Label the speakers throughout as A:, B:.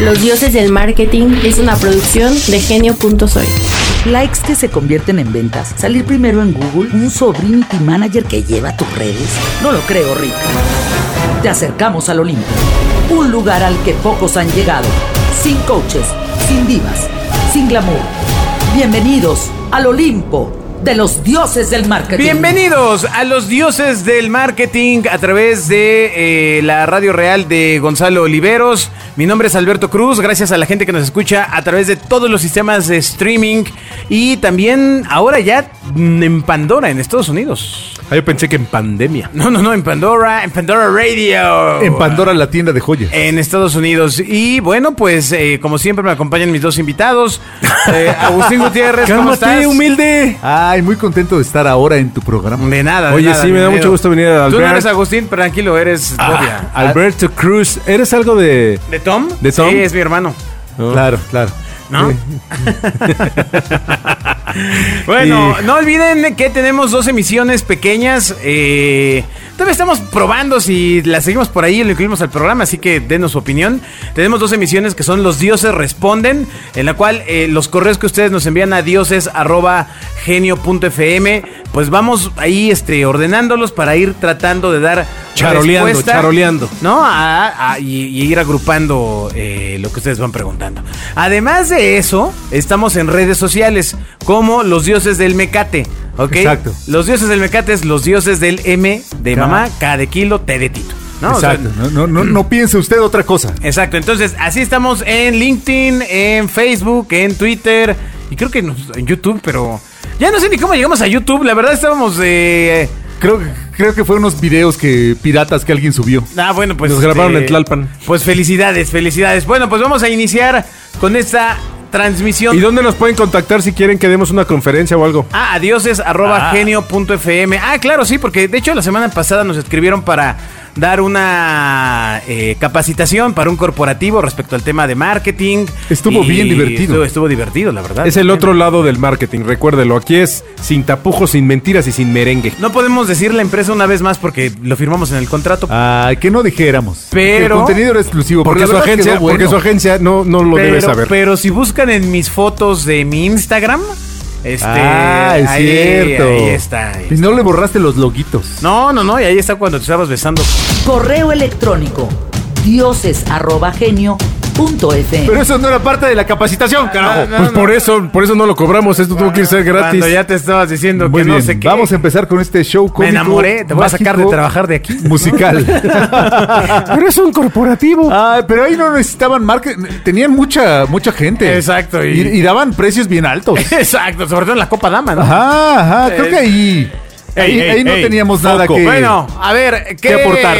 A: Los dioses del marketing es una producción de genio.soy.
B: Likes que se convierten en ventas. Salir primero en Google. Un sobrinity manager que lleva tus redes. No lo creo, Rick. Te acercamos al Olimpo. Un lugar al que pocos han llegado. Sin coaches, sin divas, sin glamour. Bienvenidos al Olimpo de los dioses del marketing.
C: Bienvenidos a los dioses del marketing a través de eh, la radio real de Gonzalo Oliveros. Mi nombre es Alberto Cruz. Gracias a la gente que nos escucha a través de todos los sistemas de streaming y también ahora ya mm, en Pandora, en Estados Unidos.
D: Ah, yo pensé que en pandemia.
C: No, no, no, en Pandora, en Pandora Radio.
E: Oh,
D: En
E: ah.
D: Pandora, la tienda de joyas.
C: En Estados Unidos. Y bueno, pues eh, como siempre me acompañan mis dos invitados. Eh, Agustín Gutiérrez, ¿cómo estás?
D: humilde! Ay, muy contento de estar ahora en tu programa.
C: De nada. de
E: Oye,
C: nada,
E: sí, me da
C: mi
E: mucho gusto venir a
C: Tú no
E: Albert. Ah,
C: eres Agustín, pero tranquilo, eres Bobia.
E: Alberto Cruz, ¿eres algo de...?
C: ¿De Tom?
E: ¿De Tom?
C: Sí, es mi hermano.
D: Claro, claro.
C: ¿No? bueno, no olviden que tenemos dos emisiones pequeñas. eh, todavía estamos probando si las seguimos por ahí y lo incluimos al programa, así que denos su opinión. Tenemos dos emisiones que son Los Dioses Responden, en la cual eh, los correos que ustedes nos envían a dioses.genio.fm, pues vamos ahí este, ordenándolos para ir tratando de dar
E: Charoleando,
C: respuesta,
E: charoleando.
C: ¿no? A- a- y, y ir agrupando eh, lo que ustedes van preguntando. Además de eso, estamos en redes sociales, como los dioses del mecate, ¿ok?
D: Exacto.
C: Los dioses del mecate es los dioses del M de
D: K.
C: mamá, K de kilo, T de tito, ¿no? O sea,
D: Exacto. No, no, no, no piense usted otra cosa.
C: exacto. Entonces, así estamos en LinkedIn, en Facebook, en Twitter y creo que nos- en YouTube, pero ya no sé ni cómo llegamos a YouTube. La verdad, estábamos. Eh,
D: Creo, creo que fueron unos videos que piratas que alguien subió.
C: Ah, bueno, pues.
E: Nos grabaron en Tlalpan.
C: Pues felicidades, felicidades. Bueno, pues vamos a iniciar con esta transmisión.
E: ¿Y dónde nos pueden contactar si quieren que demos una conferencia o algo?
C: Ah, adioses arroba genio.fm. Ah, claro, sí, porque de hecho la semana pasada nos escribieron para dar una eh, capacitación para un corporativo respecto al tema de marketing.
D: Estuvo bien divertido.
C: Estuvo, estuvo divertido, la verdad.
E: Es el otro lado del marketing, recuérdelo. Aquí es sin tapujos, sin mentiras y sin merengue.
C: No podemos decir la empresa una vez más porque lo firmamos en el contrato.
D: Ay, Ah, que no dijéramos.
C: Pero-
D: Que el contenido era exclusivo.
E: Porque
D: pero
E: su
D: la verdad
E: agencia,
D: quedó bueno.
E: porque su agencia no, no lo debe
C: pero,
E: saber.
C: pero si buscan en mis fotos de mi Instagram, este.
D: Ah, es
C: ahí-
D: cierto.
C: Ahí está. ahí
D: Y no le borraste los loguitos.
C: No, no, no, y ahí está cuando te estabas besando.
B: Correo electrónico dioses@genio.fm.
D: Pero eso no era parte de la capacitación, carajo.
C: no,
E: pues por eso, por eso no lo cobramos. Esto tuvo que ser gratis.
C: Cuando ya te estabas diciendo
D: Muy
C: que
D: bien,
C: no sé qué.
D: vamos a empezar con este show cómico.
C: Me enamoré, te voy a sacar de
D: mágico,
C: trabajar de aquí.
D: Musical.
E: Pero es un corporativo.
D: Ay, pero ahí no necesitaban marketing. Tenían mucha, mucha gente.
C: Exacto, y-
D: Y, y daban precios bien altos.
C: Exacto, sobre todo en la Copa Dama, ¿no?
D: Ajá, ajá. Creo
C: Eh,
D: que ahí.
C: ey,
D: ahí
C: ey,
D: ahí no
C: ey,
D: teníamos nada
C: foco.
D: que.
C: Bueno, a ver, ¿qué,
D: aportar.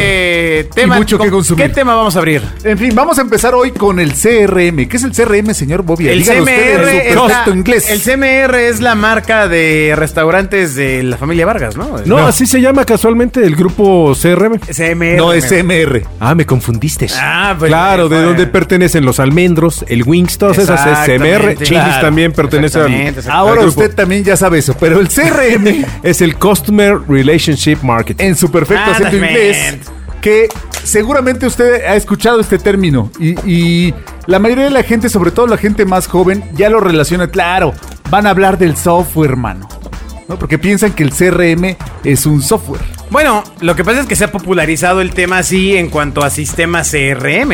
C: Tema,
D: Y mucho que
C: con-
D: consumir.
C: ¿Qué tema vamos a abrir?
D: En fin, vamos a empezar hoy con el CRM. ¿Qué es el CRM, señor Bobby?
C: El
D: Dígalo usted en
C: CMR,
D: su
C: es la-
D: perfecto inglés.
C: el CMR es la marca de restaurantes de la familia Vargas, ¿no?
E: No, así se llama casualmente el grupo CRM.
C: CMR.
D: no es CMR.
E: Ah, me confundiste.
C: Ah, pues,
E: claro, de
C: bueno.
E: dónde pertenecen los almendros, el Wings, todas esas es CMR.
C: Exactamente,
E: Chili's
C: claro.
E: también pertenece al,
C: Exactamente,
E: al
C: exactamente.
D: Ahora
E: grupo.
D: usted también ya sabe eso, pero el CRM
E: es el Customer Relationship Marketing.
D: en su perfecto acento
C: Management.
D: inglés que seguramente usted ha escuchado este término y, y la mayoría de la gente, sobre todo la gente más joven, ya lo relaciona, claro, van a hablar del software, hermano. ¿no? Porque piensan que el CRM es un software.
C: Bueno, lo que pasa es que se ha popularizado el tema así en cuanto a sistema CRM.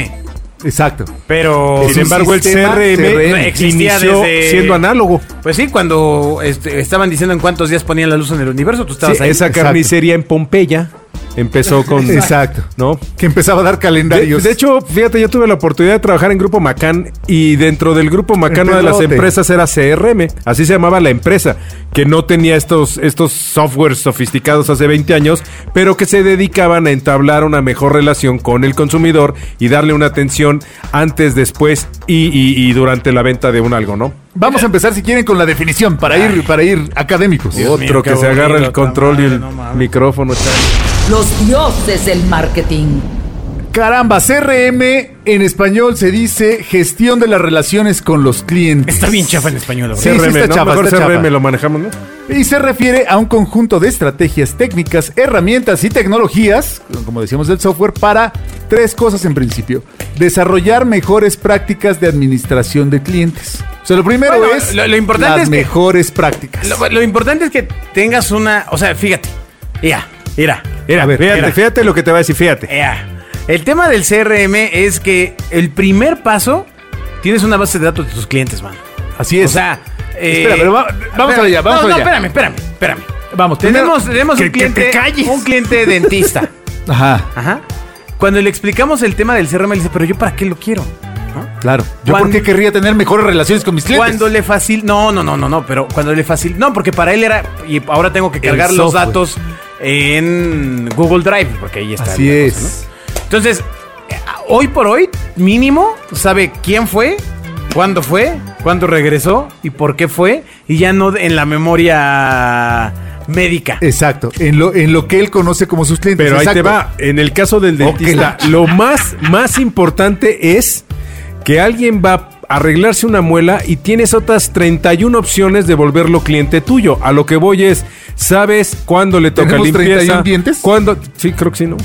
D: Exacto.
C: Pero.
D: Es
E: Sin
D: un
E: embargo, el
D: sistema
E: CRM,
D: CRM.
C: Existía
E: inició
C: desde-
E: siendo análogo.
C: Pues sí, cuando este, estaban diciendo en cuántos días ponían la luz en el universo, tú estabas
E: Sí,
C: ahí.
E: esa
D: Exacto.
E: carnicería en Pompeya empezó con...
D: Exacto.
E: ¿No?
D: Que empezaba a dar
E: De,
D: calendarios.
E: de hecho, fíjate, yo tuve la oportunidad de trabajar en Grupo Macán y dentro del Grupo Macán
D: El
E: una de las
D: pelote.
E: empresas era CRM, así se llamaba la empresa, que no tenía estos, estos softwares sofisticados hace 20 años, pero que se dedicaban a entablar una mejor relación con el consumidor y darle una atención antes, después y, y- y durante la venta de un algo, ¿no?
D: Vamos a empezar, si quieren, con la definición para ir, para ir académicos.
E: Otro
C: mío, qué
E: que se agarra
C: aburrido,
E: el control
C: ta
E: y
C: madre,
E: el
C: no mames.
E: micrófono. chaval.
B: Los dioses del marketing.
D: Caramba, CRM en español se dice gestión de las relaciones con los clientes.
C: Está bien chafa en español, la
D: Sí,
C: verdad.
E: CRM,
D: está
E: ¿no?
D: chafa,
E: Mejor
D: está
E: CRM
D: chafa.
E: lo manejamos, ¿no?
D: Y se refiere a un conjunto de estrategias, técnicas, herramientas y tecnologías, como decíamos del software, para tres cosas en principio. Desarrollar mejores prácticas de administración de clientes. O sea, lo primero
C: Bueno,
D: es
C: lo- lo importante
D: las
C: es que-
D: mejores prácticas.
C: Lo, lo importante es que tengas una. O sea, fíjate. Ya, mira, mira,
E: Mira, fíjate,
C: mira.
E: fíjate lo que te va a decir, fíjate.
C: Ea. El tema del CRM es que el primer paso tienes una base de datos de tus clientes, man.
D: Así es.
C: O sea,
D: Espera, pero va- vamos
C: espérame.
D: allá,
C: no,
D: vamos
C: No,
D: allá.
C: espérame, espérame, espérame.
D: Vamos, primero-
C: tenemos tenemos
D: que-
C: un
D: que te
C: cliente,
D: calles.
C: un cliente dentista.
D: Ajá,
C: Ajá. Cuando le explicamos el tema del CRM, le dice, pero yo para qué lo quiero.
D: claro. ¿Yo por
C: Cuando-
D: qué querría tener mejores relaciones con mis clientes?
C: Cuando le facil... No, no, no, no, no, pero cuando le facil... No, porque para él era... Y ahora tengo que cargar los
D: software.
C: datos en Google Drive, porque ahí está.
D: Así
C: la
D: es.
C: ¿no? Entonces, eh, hoy por hoy, mínimo, sabe quién fue, cuándo fue, cuándo regresó y por qué fue, y ya no en la memoria médica.
D: Exacto, en lo, en lo que él conoce como sus clientes.
E: Pero ahí te
D: exacto.
E: va. En el caso del
D: Ok.
E: dentista, lo más, más importante es que alguien va a arreglarse una muela y tienes otras 31 opciones de volverlo cliente tuyo. A lo que voy es, ¿sabes cuándo le toca
D: ¿Tenemos
E: limpieza?
D: 31 dientes?
E: ¿Cuándo? Sí, creo que sí, ¿no?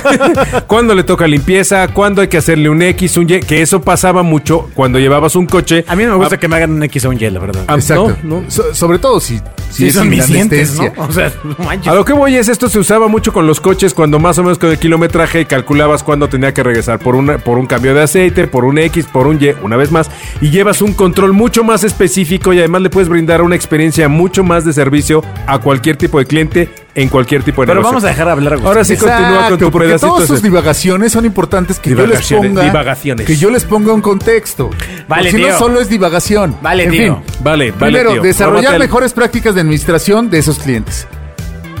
E: ¿Cuándo le toca limpieza? ¿Cuándo hay que hacerle un X, un Y? Que eso pasaba mucho cuando llevabas un coche.
C: A mí no me gusta que me hagan un X o un Y, la verdad.
E: Ah,
D: Exacto.
E: No, no.
D: So- sobre todo si, si
C: Sí,
D: es
C: son
D: sin
C: mis dientes, ¿no?
D: anestesia.
C: O sea, no manches.
E: A lo que voy es, esto se usaba mucho con los coches cuando más o menos con el kilometraje calculabas cuándo tenía que regresar por, una, por un cambio de aceite, por un X, por un Y, una vez más, y llevas un control mucho más específico y además le puedes brindar una experiencia mucho más de servicio a cualquier tipo de cliente en cualquier tipo de
C: Pero
E: negocio.
C: vamos a dejar hablar a Agustín.
E: Ahora sí continúa con tu
D: porque
E: pedacito.
D: todas sus
E: ese.
D: divagaciones son importantes que yo les
E: Divagaciones,
D: ponga
E: divagaciones.
D: que yo les ponga un contexto.
C: Vale,
D: Porque si
C: tío.
D: no solo es divagación.
C: Vale,
D: En
C: tío.
D: fin,
E: Vale, vale,
D: primero
E: tío.
D: desarrollar
E: Róbate el-
D: mejores prácticas de administración de esos clientes.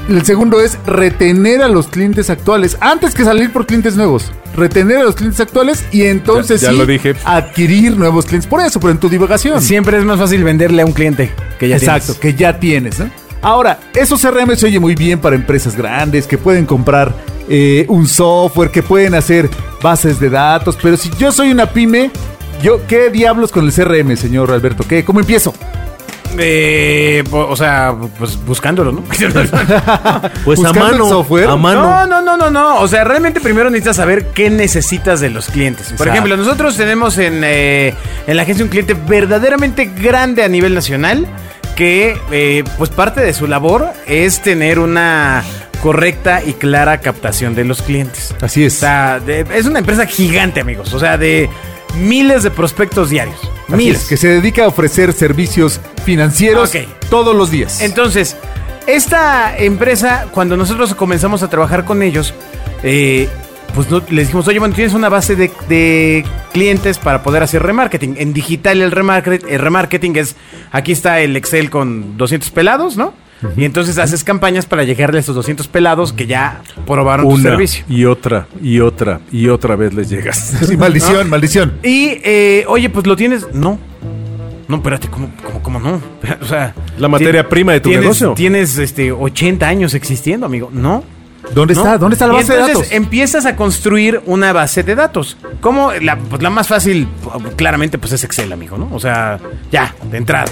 D: El segundo es retener a los clientes actuales antes que salir por clientes nuevos. Retener a los clientes actuales y entonces
E: Ya- ya
D: sí,
E: lo dije.
D: adquirir nuevos clientes. Por eso, pero en tu divagación.
C: Siempre es más fácil venderle a un cliente que ya
D: Exacto,
C: tienes.
D: que ya tienes. ¿no? Ahora, esos CRM se oye muy bien para empresas grandes que pueden comprar eh, un software, que pueden hacer bases de datos, pero si yo soy una pyme, yo ¿qué diablos con el CRM, señor Alberto? ¿Qué? ¿Cómo empiezo?
C: Eh, po- o sea, pues buscándolo, ¿no?
F: Pues a
D: Buscando el
F: mano.
D: software.
F: A mano.
C: No, no, no, no, no. O sea, realmente primero necesitas saber qué necesitas de los clientes. Por
D: Exacto.
C: ejemplo, nosotros tenemos en, eh, en la agencia un cliente verdaderamente grande a nivel nacional que, eh, pues, parte de su labor es tener una correcta y clara captación de los clientes.
D: Así es.
C: O sea, de- es una empresa gigante, amigos. O sea, de miles de prospectos diarios.
D: Así
C: Miles.
D: es, que se dedica a ofrecer servicios financieros
C: Ok.
D: todos los días.
C: Entonces, esta empresa, cuando nosotros comenzamos a trabajar con ellos, eh, pues no- les dijimos, oye, bueno, tienes una base de, de clientes para poder hacer remarketing. En digital el, remarket- el remarketing es, aquí está el Excel con 200 pelados, ¿no? Y entonces haces campañas para llegarle a esos 200 pelados que ya probaron tu
E: Una
C: servicio.
E: y otra y otra y otra vez les llegas.
D: Sí, maldición, maldición.
C: Y, eh, oye, pues lo tienes. No. No, espérate, ¿cómo, cómo, cómo no? O sea.
E: La materia
C: ti-
E: prima de tu
C: tienes-
E: negocio.
C: Tienes este, 80 años existiendo, amigo. No.
D: ¿Dónde
C: ¿no?
D: está? ¿Dónde está la
C: Y
D: base de
C: entonces
D: datos?
C: empiezas a construir una base de datos. ¿Cómo? La, pues, la más fácil, claramente, pues es Excel, amigo, ¿no? O sea, ya, de entrada.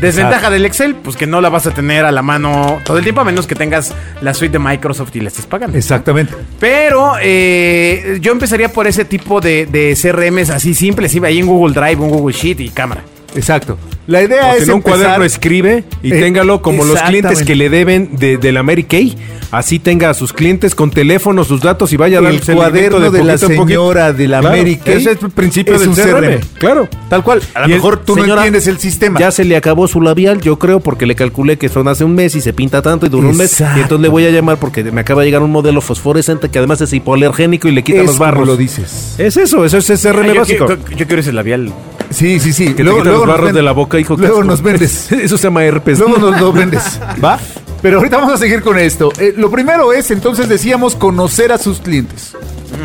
C: Desventaja del Excel, pues que no la vas a tener a la mano todo el tiempo, a menos que tengas la suite de Microsoft y la estés pagando.
D: Exactamente.
C: Pero eh, yo empezaría por ese tipo de, de CRMs así simples, iba ahí en Google Drive, un Google Sheet y cámara.
D: Exacto. La idea
E: O
D: es
E: si no, un
D: empezar-
E: cuaderno escribe y
D: Eh,
E: téngalo como los clientes
D: exactamente.
E: que le deben de, del Mary Kay. Así tenga a sus clientes con teléfono, sus datos y vaya a
D: el
E: darles alimento
D: cuaderno de, la
E: poquito en poquito.
D: señora de la
E: Claro,
D: América.
E: Ese es el principio
D: es
E: del
D: un
E: CRM.
D: CRM.
E: Claro.
D: Tal cual. A lo
E: Y el-
D: mejor tú no
F: señora,
D: entiendes el sistema.
F: Ya se le acabó su labial, yo creo, porque le calculé que son hace un mes y se pinta tanto y duró un mes.
D: Exacto.
F: Y entonces le voy a llamar porque me acaba de llegar un modelo fosforescente que además es hipoalergénico y le quita
D: es
F: los barros.
D: como lo dices.
E: Es eso, eso es
C: Ah,
E: CRM
C: yo,
E: básico.
C: quiero- yo quiero ese labial.
D: Sí, sí, sí.
E: Que te quita los
D: nos
E: barros
D: ven-
E: de la boca, hijo. qué
D: Luego
E: asco.
D: nos vendes.
E: Eso se llama herpes.
D: Luego nos lo vendes. ¿Va? Pero ahorita vamos a seguir con esto. Eh, lo primero es, entonces decíamos, conocer a sus clientes.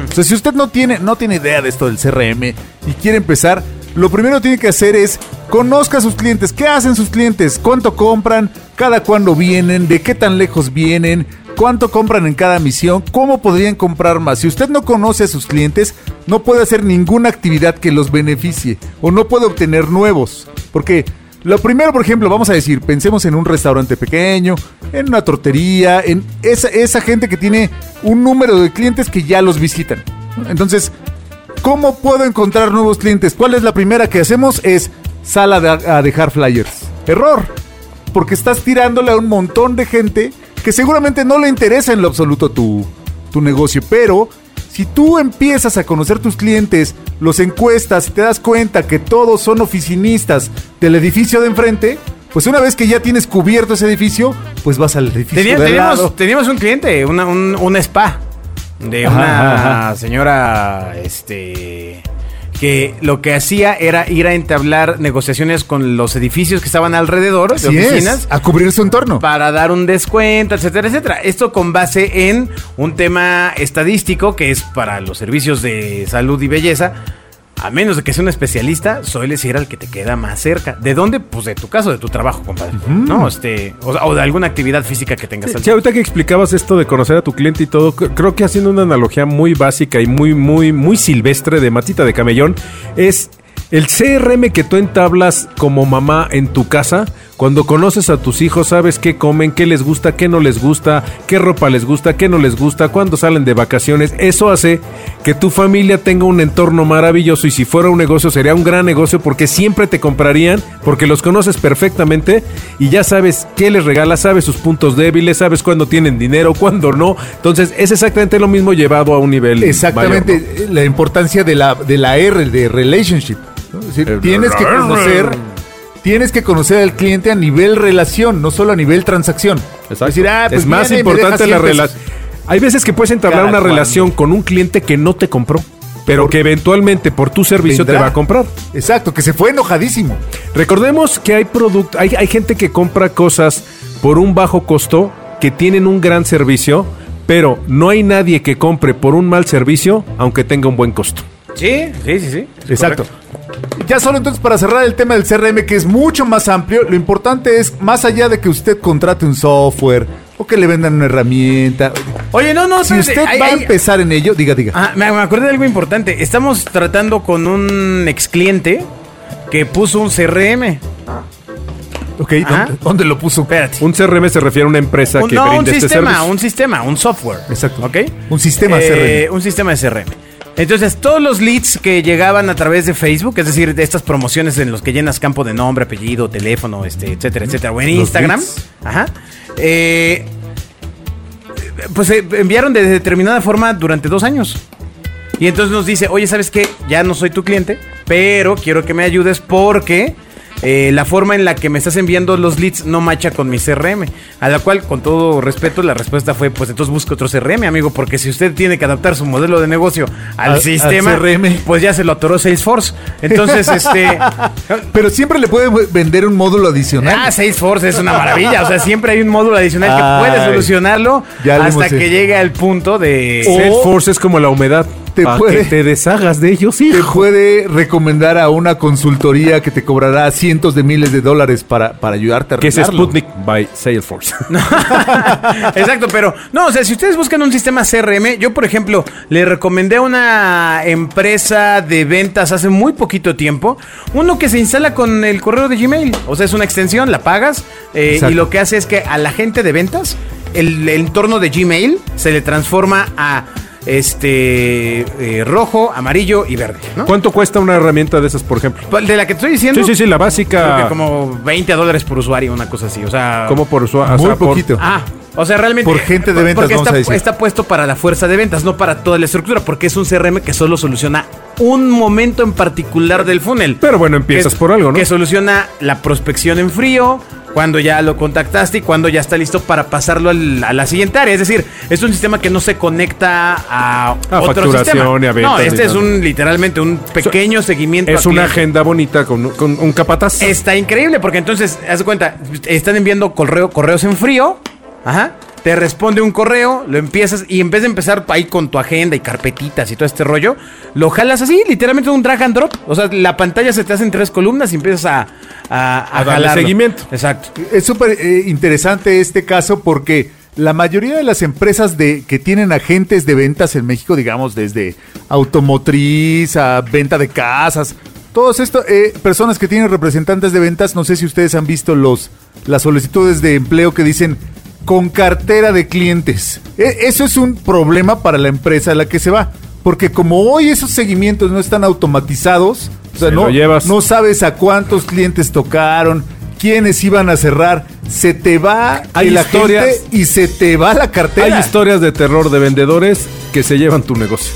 D: O sea, si usted no tiene, no tiene idea de esto del CRM y quiere empezar, lo primero que tiene que hacer es conozca a sus clientes. ¿Qué hacen sus clientes? ¿Cuánto compran? ¿Cada cuándo vienen? ¿De qué tan lejos vienen? cuánto compran en cada misión, cómo podrían comprar más. Si usted no conoce a sus clientes, no puede hacer ninguna actividad que los beneficie o no puede obtener nuevos. Porque lo primero, por ejemplo, vamos a decir, pensemos en un restaurante pequeño, en una tortería, en esa, esa gente que tiene un número de clientes que ya los visitan. Entonces, ¿Cómo puedo encontrar nuevos clientes? ¿Cuál es la primera que hacemos? Es sala de- a dejar flyers. Error. Porque estás tirándole a un montón de gente que seguramente no le interesa en lo absoluto tu, tu negocio. Pero si tú empiezas a conocer tus clientes, los encuestas y te das cuenta que todos son oficinistas del edificio de enfrente, pues una vez que ya tienes cubierto ese edificio, pues vas al edificio
C: Tenía-
D: de al lado.
C: teníamos, teníamos un cliente, una, un, un spa de
D: Ajá,
C: una
D: ajá,
C: señora, este, que lo que hacía era ir a entablar negociaciones con los edificios que estaban alrededor de
D: Así es,
C: oficinas.
D: a cubrir su entorno.
C: Para dar un descuento, etcétera, etcétera. Esto con base en un tema estadístico que es para los servicios de salud y belleza. A menos de que sea un especialista, suele ser al que te queda más cerca. ¿De dónde? Pues de tu caso, de tu trabajo, compadre. ¿No? Este, o, sea, o de alguna actividad física que tengas. al-
E: Sí, ahorita que explicabas esto de conocer a tu cliente y todo, cre- creo que haciendo una analogía muy básica y muy, muy, muy silvestre de matita de camellón, es el CRM que tú entablas como mamá en tu casa. Cuando conoces a tus hijos, sabes qué comen, qué les gusta, qué no les gusta, qué ropa les gusta, qué no les gusta, cuándo salen de vacaciones. Eso hace que tu familia tenga un entorno maravilloso y si fuera un negocio sería un gran negocio porque siempre te comprarían, porque los conoces perfectamente y ya sabes qué les regalas, sabes sus puntos débiles, sabes cuándo tienen dinero, cuándo no. Entonces es exactamente lo mismo llevado a un nivel.
D: Exactamente,
E: mayor, ¿no?
D: eh, la importancia de la, de la R, de relationship. ¿no? Es decir,
E: El
D: tienes que
E: Eh, R.
D: conocer, tienes que conocer al cliente a nivel relación, no solo a nivel transacción.
E: Exacto.
D: Es decir, ah, pues
E: es más
D: viene y me
E: importante
D: deja 100
E: la
D: pesos.
E: relación. Hay veces que puedes entablar
C: Cada
E: una
C: cuando.
E: relación con un cliente que no te compró, pero que eventualmente por tu servicio te
D: Vendrá.
E: va a comprar.
D: Exacto, que se fue enojadísimo.
E: Recordemos que hay producto, hay, hay gente que compra cosas por un bajo costo, que tienen un gran servicio, pero no hay nadie que compre por un mal servicio, aunque tenga un buen costo.
C: Sí, sí, sí, sí. Es
D: Exacto.
C: correcto.
D: Ya solo entonces para cerrar el tema del CRM que es mucho más amplio, lo importante es más allá de que usted contrate un software o que le vendan una herramienta.
C: Oye, no, no,
D: Si
C: espérate,
D: usted
C: hay-
D: va a
C: hay-
D: empezar en ello, diga, diga.
C: Ah, me, me acordé de algo importante. Estamos tratando con un ex cliente que puso un CRM.
D: ok,
C: ajá.
D: ¿dónde, dónde lo puso?
C: Espérate.
E: Un CRM se refiere a una empresa
C: Un-
E: que
C: no, un
E: brinde este
C: sistema,
E: servicio.
C: un sistema, un software.
D: Exacto.
C: ¿Ok?
D: Un sistema
C: CRM. Eh, Un sistema de CRM. Entonces, todos los leads que llegaban a través de Facebook, es decir, de estas promociones en los que llenas campo de nombre, apellido, teléfono, este, etcétera, etcétera, o en Instagram,
D: leads.
C: ajá, eh, pues eh, enviaron de determinada forma durante dos años. Y entonces nos dice, oye, ¿sabes qué? Ya no soy tu cliente, pero quiero que me ayudes porque eh, la forma en la que me estás enviando los leads no macha con mi CRM. A la cual, con todo respeto, la respuesta fue, pues entonces busque otro CRM, amigo, porque si usted tiene que adaptar su modelo de negocio al,
D: Al- al
C: sistema,
D: CRM.
C: pues ya se lo atoró Salesforce. Entonces, este...
D: Pero siempre le puede vender un módulo adicional.
C: Ah, Salesforce es una maravilla. O sea, siempre hay un módulo adicional
D: Ay,
C: que puede solucionarlo
D: ya lo
C: hasta
D: hemos
C: que
D: hecho.
C: llega al punto de...
D: O-
E: Salesforce es como la humedad.
D: Te
E: Pa'
D: puede-
E: que te deshagas de ellos,
D: te
E: hijo.
D: puede recomendar a una consultoría que te cobrará cientos de miles de dólares para, para ayudarte a
E: Que es
D: arreglarlo.
E: Sputnik by Salesforce.
C: Exacto, pero no, o sea, si ustedes buscan un sistema CRM, yo por ejemplo le recomendé a una empresa de ventas hace muy poquito tiempo, uno que se instala con el correo de Gmail, o sea, es una extensión, la pagas eh, y
D: Exacto.
C: lo que hace es que a la gente de ventas el, el entorno de Gmail se le transforma a este eh, rojo, amarillo y verde, ¿no?
E: ¿Cuánto cuesta una herramienta de esas, por ejemplo?
C: De la que te estoy diciendo.
E: Sí, sí, sí, la
C: Creo
E: básica.
C: que como 20 dólares por usuario, una cosa así, o sea,
E: como por su
D: Muy
E: por-
D: poquito.
C: Ah, o sea, realmente.
D: Por gente de ventas,
C: Porque
D: vamos
C: está,
D: a decir.
C: está puesto para la fuerza de ventas, no para toda la estructura, porque es un CRM que solo soluciona un momento en particular del funnel.
E: Pero bueno, empiezas
C: Que-
E: por algo, ¿no?
C: Que soluciona la prospección en frío, cuando ya lo contactaste y cuando ya está listo para pasarlo al- a la siguiente área. Es decir, es un sistema que no se conecta a,
E: A
C: otro
E: facturación
C: sistema.
E: y a ventas
C: no,
E: y
C: este es
E: todo.
C: un literalmente un pequeño seguimiento.
E: Es
C: a
E: una
C: clientes.
E: agenda bonita con, con un capataz.
C: Está increíble, porque entonces, haz de cuenta, están enviando correo, correos en frío, ajá, te responde un correo, lo empiezas, y en vez de empezar ahí con tu agenda y carpetitas y todo este rollo, lo jalas así, literalmente un drag and drop. O sea, la pantalla se te hace en tres columnas y empiezas a, a,
E: A darle
C: jalarlo.
E: seguimiento.
C: Exacto.
D: Es súper eh, interesante este caso porque la mayoría de las empresas de, que tienen agentes de ventas en México, digamos, desde automotriz a venta de casas, todas estas personas que tienen representantes de ventas, no sé si ustedes han visto los, las solicitudes de empleo que dicen con cartera de clientes. E- eso es un problema para la empresa a la que se va. Porque como hoy esos seguimientos no están automatizados, o sea,
E: Se
D: no,
E: lo llevas.
D: no sabes a cuántos clientes tocaron, quiénes iban a cerrar, se te va
E: Hay
D: el
E: historias-
D: agente y se te va la cartera.
E: Hay historias de terror de vendedores que se llevan tu negocio.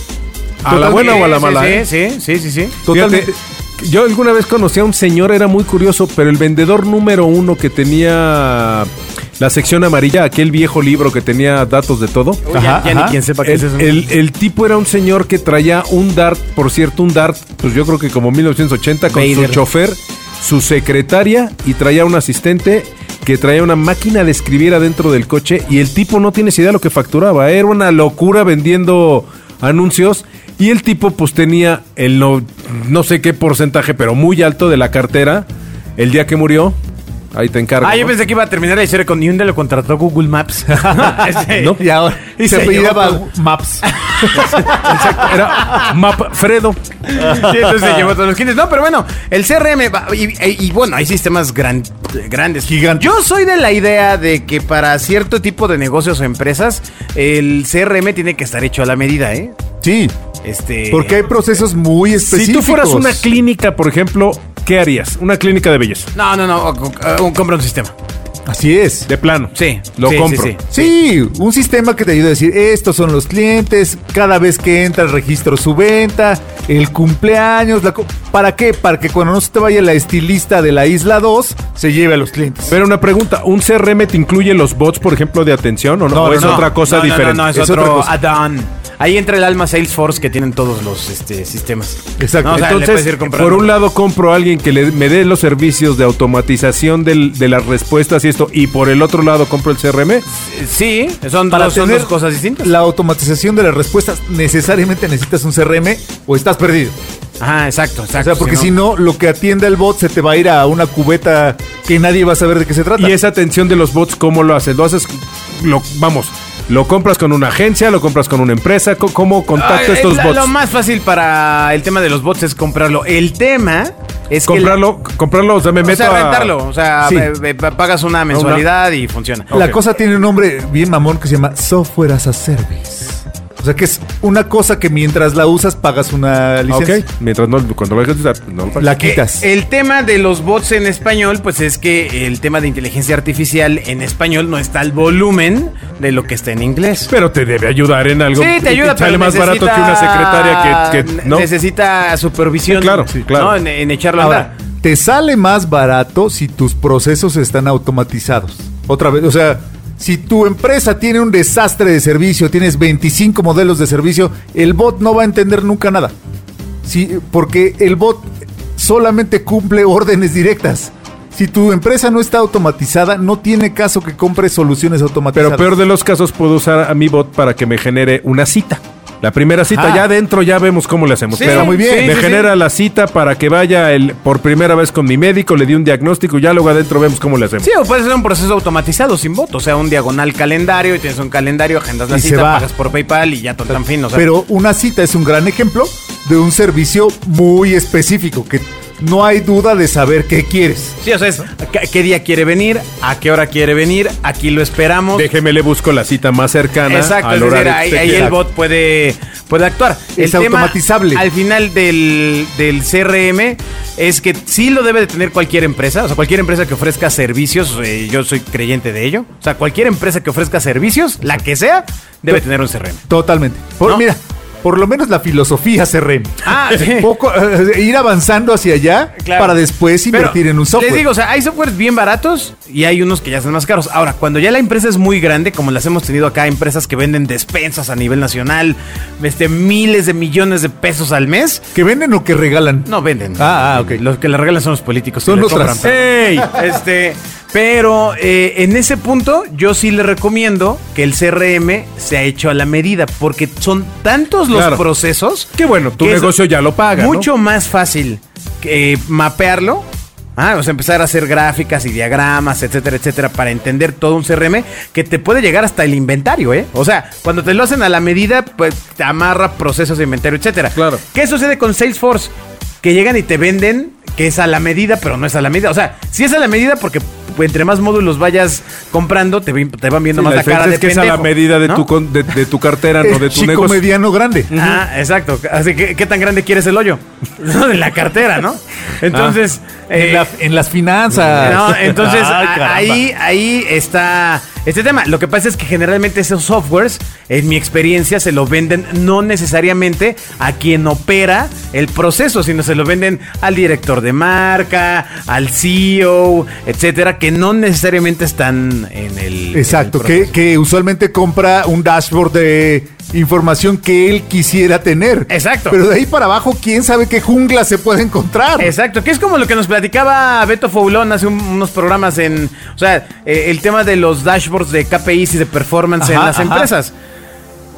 E: A la
C: Total-
E: buena o a la
C: Sí,
E: mala.
C: Sí,
E: ¿eh?
C: sí, sí, sí, sí.
E: Fíjate,
D: Totalmente.
E: yo alguna vez conocí a un señor, era muy curioso, pero el vendedor número uno que tenía la sección amarilla, aquel viejo libro que tenía datos de todo.
C: Uy, ya- ya ni quien sepa qué
E: el,
C: es eso.
E: el- el tipo era un señor que traía un dart, por cierto, un dart, pues yo creo que como 1980, con
C: Vader.
E: su chofer, su secretaria y traía un asistente que traía una máquina de escribir adentro del coche y el tipo no tienes idea lo que facturaba, era una locura vendiendo anuncios y el tipo pues tenía el no, no sé qué porcentaje, pero muy alto de la cartera el día que murió. Ahí te encargo.
C: Ah, yo
E: ¿no?
C: pensé que iba a terminar la historia con ni un día lo contrató Google Maps. Ese-
E: No.
D: Y ahora
C: Y
D: se
C: se
D: apellidaba
C: llevó
D: Maps.
E: Era Mapfredo.
C: Sí, entonces se llevó todos los clientes. No, pero bueno, el CRM. va- Y, y- y bueno, hay sistemas gran- grandes.
D: Gigantes.
C: Yo soy de la idea de que para cierto tipo de negocios o empresas, el CRM tiene que estar hecho a la medida, ¿eh?
D: Sí,
C: Este.
D: porque hay procesos muy específicos.
E: Si tú fueras una clínica, por ejemplo, ¿qué harías? Una clínica de belleza.
C: No, no, no. o- o- o- Compra un sistema.
D: Así es.
E: De plano.
C: Sí,
E: Lo
C: sí,
E: compro.
C: sí, sí.
D: Sí, un sistema que te ayuda a decir, estos son los clientes, cada vez que entras registro su venta, el cumpleaños, la co- ¿para qué? Para que cuando no se te vaya la estilista de la isla 2, se lleve a los clientes.
E: Pero una pregunta, ¿un CRM te incluye los bots, por ejemplo, de atención o no?
D: No,
E: ¿O
D: no,
E: es
D: no.
E: otra cosa
C: No, no,
E: diferente?
C: No, no, es,
D: Es
C: otro
D: otra cosa.
C: add-on. Ahí entra el alma Salesforce que tienen todos los este, sistemas.
D: Exacto.
C: No, o sea, le puedes
E: Entonces,
C: ir comprando.
E: por un lado compro a alguien que le- me dé los servicios de automatización del- de las respuestas y esto, y por el otro lado compro el CRM.
C: Sí, son,
D: Para
C: dos, son
D: tener
C: dos cosas distintas.
D: La automatización de las respuestas, necesariamente necesitas un CRM o estás perdido.
C: Ajá, exacto,
D: O
C: exacto.
D: sea, porque si no, lo que atienda el bot se te va a ir a una cubeta que nadie va a saber de qué se trata.
E: Y esa atención de los bots, ¿cómo lo haces? Lo haces, lo, vamos, lo compras con una agencia, lo compras con una empresa, Co- ¿cómo contacto a
C: Ah,
E: estos
C: la-
E: bots?
C: Lo más fácil para el tema de los bots es comprarlo. El tema es que-
E: comprarlo, comprarlo, o sea, me
C: o
E: meto
C: sea,
E: a-
C: rentarlo. O sea,
D: Sí.
C: eh, eh, pagas una mensualidad y funciona.
D: La
E: Ok.
D: cosa tiene un nombre bien mamón que se llama Software as a Service. O sea, que es una cosa que mientras la usas pagas una
E: Ah, Ok,
D: licencia.
E: mientras no, cuando lo dejes de usar, no lo pagas.
D: La quitas.
C: Eh, el tema de los bots en español, pues es que el tema de inteligencia artificial en español no está al volumen de lo que está en inglés.
E: Pero te debe ayudar en algo.
C: Sí, te ayuda,
E: Te sale
C: pero
E: más barato que una secretaria que, que- ¿no?
C: necesita supervisión.
E: Sí, claro, sí, claro.
C: ¿no? En, en echar la
D: Ahora, te sale más barato si tus procesos están automatizados. Otra vez, o sea, si tu empresa tiene un desastre de servicio, tienes 25 modelos de servicio, el bot no va a entender nunca nada. Sí, porque el bot solamente cumple órdenes directas. Si tu empresa no está automatizada, no tiene caso que compres soluciones automatizadas.
E: Pero peor de los casos puedo usar a mi bot para que me genere una cita. La primera cita,
D: Ajá.
E: ya adentro ya vemos cómo le hacemos.
C: Sí,
E: pero
D: muy bien.
E: Me
C: sí, sí,
E: genera la cita para que vaya el, por primera vez con mi médico, le di un diagnóstico y ya luego adentro vemos cómo le hacemos.
C: Sí, o puede ser un proceso automatizado sin voto, o sea, un diagonal calendario y tienes un calendario, agendas la
D: Y se
C: cita,
D: va.
C: pagas por PayPal y ya todo tan fin, o sea,
D: Pero una cita es un gran ejemplo de un servicio muy específico que no hay duda de saber qué quieres.
C: sí, o sea, es ¿qué, qué día quiere venir, a qué hora quiere venir, aquí lo esperamos.
E: Déjeme le busco la cita más cercana.
C: Exacto,
E: al
C: es decir,
E: horario que
C: ahí,
E: usted
C: ahí
E: quiera.
C: el bot puede, puede actuar.
D: Es
C: El
D: automatizable.
C: Al final del, del CRM es que sí lo debe de tener cualquier empresa, o sea, cualquier empresa que ofrezca servicios, eh, yo soy creyente de ello, o sea, cualquier empresa que ofrezca servicios, la que sea, debe
D: Pe-
C: tener un CRM.
D: Totalmente. Por,
C: ¿No?
D: Mira, por lo menos la filosofía se rem.
C: Ah, sí.
D: Poco, eh, ir avanzando hacia allá
C: Claro.
D: para después
C: Pero,
D: invertir en un software.
C: Les digo, o sea, hay softwares bien baratos y hay unos que ya son más caros. Ahora, cuando ya la empresa es muy grande, como las hemos tenido acá, empresas que venden despensas a nivel nacional, este, miles de millones de pesos al mes,
D: ¿Que venden o que regalan?
C: no venden.
D: Ah, ah, ok.
C: Los que la regalan son los políticos. que
D: Son
C: le
D: los
C: compran,
D: tras-
C: pero- Este, pero eh, en ese punto yo sí le recomiendo que el CRM sea hecho a la medida, porque son tantos los
E: Claro.
C: procesos
E: Qué bueno, tu
C: que es
E: negocio ya lo paga. ¿no?
C: mucho más fácil que, eh, mapearlo. Ah, o sea, empezar a hacer gráficas y diagramas, etcétera, etcétera, para entender todo un CRM que te puede llegar hasta el inventario, ¿eh? O sea, cuando te lo hacen a la medida, pues te amarra procesos de inventario, etcétera.
E: Claro.
C: ¿Qué sucede con Salesforce? Que llegan y te venden que es a la medida, pero no es a la medida. O sea, sí es a la medida porque pues, entre más módulos vayas comprando, te, vi- te van viendo
E: La
C: más la, cara
E: diferencia
C: de
E: es que es a la
C: pendejo,
E: medida de,
C: ¿no?
E: tu, con- de, de tu cartera, no
D: Es
E: de tu
D: chico,
E: negocio.
D: mediano, grande.
C: Ah, exacto. Así que, ¿qué tan grande quieres el hoyo? De la cartera, ¿no? Entonces. eh,
D: en, Ah, la- en las finanzas.
C: no, entonces
D: Ay,
C: a-
D: caramba.
C: ahí, ahí está este tema. Lo que pasa es que generalmente esos softwares, en mi experiencia, se lo venden no necesariamente a quien opera el proceso, sino se lo venden al director de marca, al CEO, etcétera, que no necesariamente están en el.
D: Exacto,
C: en el
D: que, que usualmente compra un dashboard de información que él quisiera tener.
C: Exacto.
D: Pero de ahí para abajo, quién sabe qué jungla se puede encontrar.
C: Exacto, que es como lo que nos platicaba Beto Foulón hace un- unos programas en, o sea, eh, el tema de los dashboards de KPIs y de performance en
D: Ajá,
C: las
D: ajá.
C: empresas.